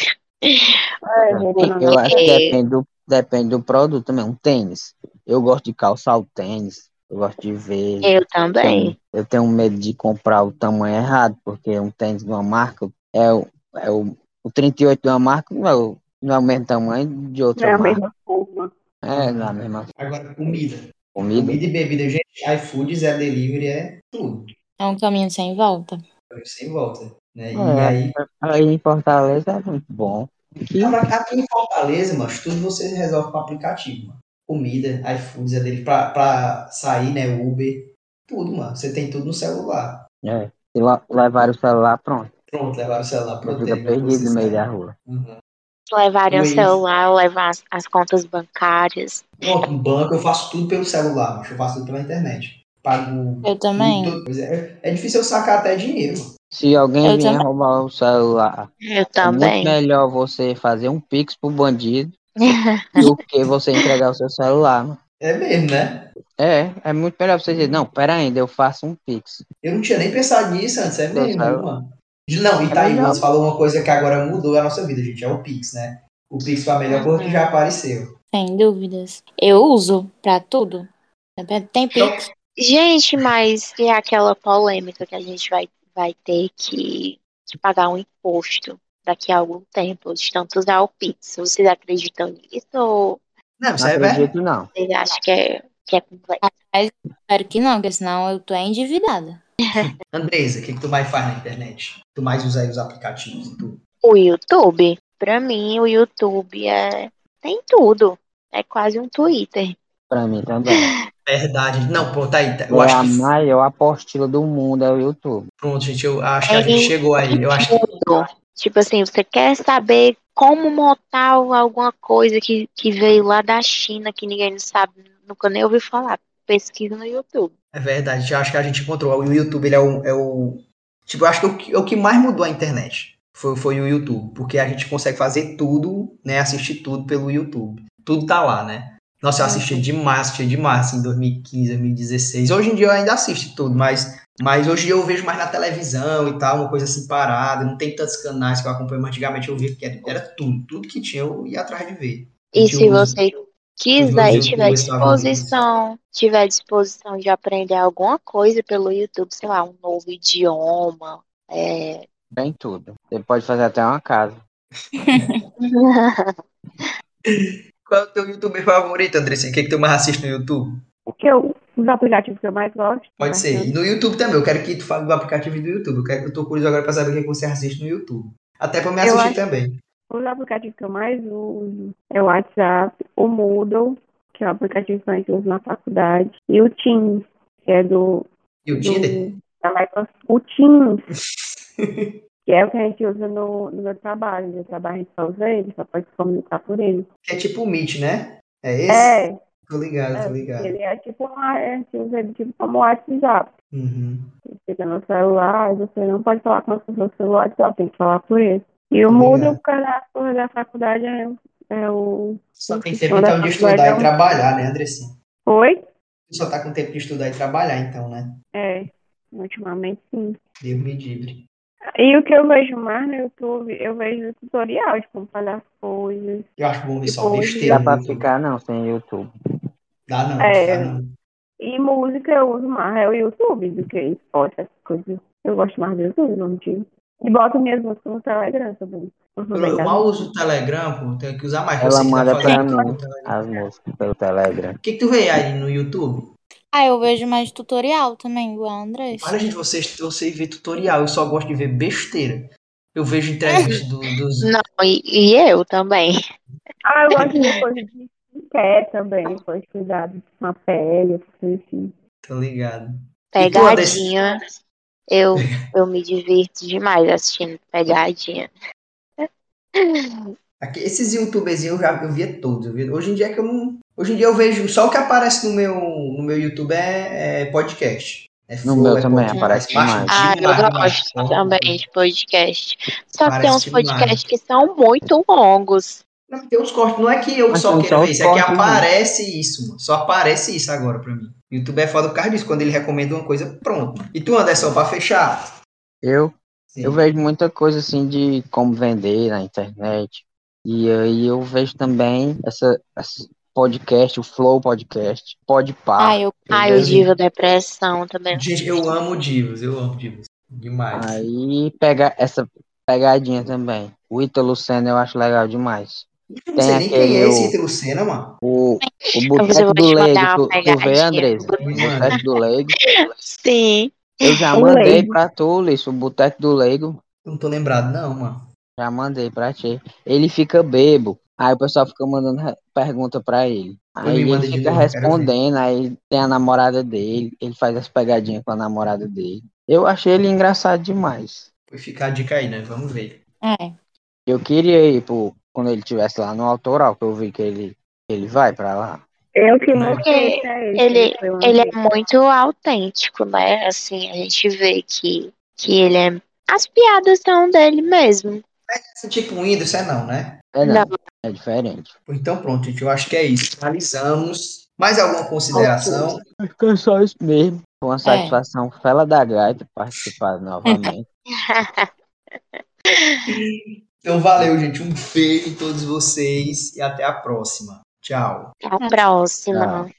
É, Verona,
Eu acho que
É.
depende do, depende do produto também. Um tênis. Eu gosto de calçar o tênis. Eu gosto de ver.
Eu também.
Tenho- eu tenho medo de comprar o tamanho errado, porque um tênis de uma marca é o, é o, o 38 de uma marca não é o, não é o mesmo tamanho de
não
outra
é a
marca.
mesma forma.
É, não é a mesma
Agora, comida.
comida.
Comida e bebida. Gente, iFood, é delivery, é tudo.
É um caminho sem volta.
Sem volta. Né? E
É.
aí,
Aí em Fortaleza é muito bom. Aqui,
Agora, aqui em Fortaleza, mano, tudo você resolve com aplicativo, mano. Comida, iFood, é dele pra, pra sair, né? Uber, tudo, mano. Você tem tudo no celular.
é, se lá- levar o celular, pronto.
Pronto, levaram o celular pro
Não fica
hotel. né, pra
perdido
você
no meio
sair.
da rua.
Uhum.
Levarem o
Waze.
celular, levar as, as contas bancárias.
Pronto, um banco, eu faço tudo pelo celular, mano. Eu faço tudo pela internet. Pago
Eu também.
tudo. Pois É, é difícil eu sacar até dinheiro, mano.
Se alguém
Eu
vier
também.
roubar o celular,
Eu
é muito
também.
melhor você fazer um pix pro bandido do que você entregar o seu celular. mano.
É mesmo, né?
É, é muito melhor você dizer, não, pera ainda, eu faço um pix.
Eu não tinha nem pensado nisso antes, é
Pelo
mesmo,
celular.
mano. Não, e
É
tá aí,
melhor.
você falou uma coisa que agora mudou a nossa vida, gente. É o Pix, né? O Pix foi a melhor coisa que já apareceu.
Sem dúvidas. Eu uso pra tudo. Tem Pix.
Gente, mas e aquela polêmica que a gente vai, vai ter que, que pagar um imposto daqui a algum tempo, de tanto usar o Pix? Vocês acreditam nisso ou
Não, isso
Não
é verdade.
acredito, não.
vocês acham que é, que é complexo?
Espero que não, porque senão eu tô é endividada.
Andresa, o que, que tu mais faz na internet? Tu mais usa aí os aplicativos e tudo.
O YouTube? Pra mim, o YouTube é tem tudo. É quase um Twitter.
Pra mim também.
Verdade. Não, pronto, aí. tá. Eu
É a
acho que.
maior apostila do mundo, é o YouTube.
Pronto, gente, eu acho que a gente
Tem-
chegou aí. Eu acho que.
tudo. Tipo assim, você quer saber como montar alguma coisa que, que veio lá da China, que ninguém sabe, nunca nem ouviu falar. Pesquisa no YouTube.
É verdade, eu acho que a gente encontrou. O YouTube, ele é o. é o- tipo, eu acho que o, que- é o que mais mudou a internet foi, foi o YouTube. Porque a gente consegue fazer tudo, né? Assistir tudo pelo YouTube. Tudo tá lá, né? Nossa, eu assistia demais, assistia demais, assim, em 2015, 2016. Hoje em dia eu ainda assisto tudo, mas, mas hoje eu vejo mais na televisão e tal, uma coisa assim parada. Não tem tantos canais que eu acompanho, mas antigamente eu via que era, era tudo. Tudo que tinha eu ia atrás de ver. Tinha
E
um
se
uns-
você
os meus
quiser e tiver
youtubers favoritos.
disposição, tiver disposição de aprender alguma coisa pelo YouTube, sei lá, um novo idioma, é,
Bem tudo. Você pode fazer até uma casa.
Qual é o teu youtuber favorito, Andressinha? O que, que tu mais assiste no YouTube?
O que eu, os aplicativos que eu mais gosto. né,
Pode
mas
ser.
eu-
E no YouTube também. Eu quero que tu fale do aplicativo do YouTube. Eu quero que eu tô curioso agora pra saber o que que você assiste no YouTube. Até pra me
Eu
assistir
acho-
também.
Os aplicativos que eu mais uso é o WhatsApp, o Moodle, que é o aplicativo que a gente usa na faculdade, e o Teams, que é do,
E o Tinder?
do da Microsoft. O Teams, que é o que a gente usa no, no meu trabalho. No meu trabalho a gente só usa ele, só pode se comunicar por ele.
Que é tipo o Meet, né? É esse?
É,
Tô ligado, tô ligado.
ele é tipo uma, a gente usa ele tipo como WhatsApp.
Uhum.
Você fica no celular, você não pode falar com as pessoas pelo WhatsApp, tem que falar por ele. E o
Tô
Moodle,
ligado.
por causa da- por causa da faculdade, é, é o.
Só tem
Sim,
tempo
olha,
então de
mas
estudar
vai
e
dar- um
trabalhar, né, Andressinha?
Oi?
Tu só tá com tempo de estudar e trabalhar, então, né?
É, ultimamente sim.
Deus me livre.
E o que eu vejo mais no YouTube, eu vejo tutorial de como fazer as coisas.
Eu acho bom ver só
Tipo, hoje
besteira
Dá
no
pra
YouTube.
ficar não sem YouTube.
Dá não,
É.
dá não.
E música eu uso mais, é o YouTube do que Spotify, essas coisas. Eu gosto mais do YouTube, não digo. E boto minhas músicas no Telegram também. Eu vou
Eu, eu
brincar.
mal uso o Telegram, pô. Tenho que usar mais. que Eu
Ela
sei que tá
manda pra
fazendo
mim
propaganda.
as músicas pelo Telegram.
O que, que tu vê aí no YouTube?
Ah, eu vejo mais tutorial também, igual a Andressa.
Para, gente, vocês, vocês vê tutorial. Eu só gosto de ver besteira. Eu vejo entrevista do, dos.
Não, e, e eu também.
Ah, eu gosto de coisa de quer também, pois cuidado com a pele, assim. enfim.
Tô tá ligado. E tu, Anderson?
Pegadinha. Eu, eu me divirto demais assistindo pegadinha.
Aqui, esses youtuberzinhos eu, já- eu via todos. eu via- hoje em dia é que eu não. Hoje em dia eu vejo. Só o que aparece no meu, no meu YouTube é, é podcast. É
No
Flow,
meu
é
também
podcast,
aparece
macho,
demais.
Ah, eu
demais,
gosto
macho.
também de podcast. Só que tem
Parece
uns
demais.
podcasts que são muito longos.
Não, tem uns cortes. Não é que eu
Mas
só
são
queira
só
ver
os
isso, é que
cortes, né?
aparece isso, mano. Só aparece isso agora pra mim. YouTube é foda por causa disso. Quando ele recomenda uma coisa, pronto. mano. E tu, Anderson, pra fechar?
Eu,
Sim.
eu vejo muita coisa assim de como vender na internet. E aí eu vejo também essa, esse podcast, o Flow Podcast, Podpah.
Ah, eu
Ai, o
Beleza.
Diva Depressão também.
Gente, eu amo divas, eu amo divas. Demais.
Aí pega essa pegadinha também. O Ítalo Lucena eu acho legal demais.
Eu não
Tem
sei nem quem é
aquele
esse
o,
Ítalo Lucena, mano.
o, o
Você
Boteco
vai
do
te
Leigo.
mandar uma
Tu, tu vê,
pegadinha.
Andresa? O
Mano.
Boteco do Leigo.
Sim.
Eu já
O
mandei
Leigo.
pra tu, Lisso, o Boteco do Leigo.
Não tô lembrado, não, mano.
Já mandei pra ti. Ele fica bebo. Aí o pessoal fica mandando re- pergunta pra ele.
Pois me
Aí ele
manda de novo,
fica
eu quero ver.
respondendo. Aí tem a namorada dele. Ele faz as pegadinhas com a namorada dele. Eu achei ele engraçado demais.
Vai ficar a dica aí, né? Vamos ver.
É.
Eu queria ir pro, quando ele estivesse lá no autoral, que eu vi que ele, ele vai pra lá.
Eu que
Né?
mostrei pra ele.
Ele,
foi uma
ele
vez.
é muito autêntico, né? Assim, a gente vê que, que ele é. As piadas são dele mesmo.
Esse tipo um Whindersson é não, né?
É não,
Não.
é diferente.
Então pronto, gente. Eu acho que é isso. Finalizamos. Mais alguma consideração?
Acho que é só isso mesmo. É. Foi uma satisfação fela da gaita participar novamente.
Então valeu, gente. Um beijo em todos vocês e até a próxima. Tchau.
tá Até a próxima.
Tá.
Tchau.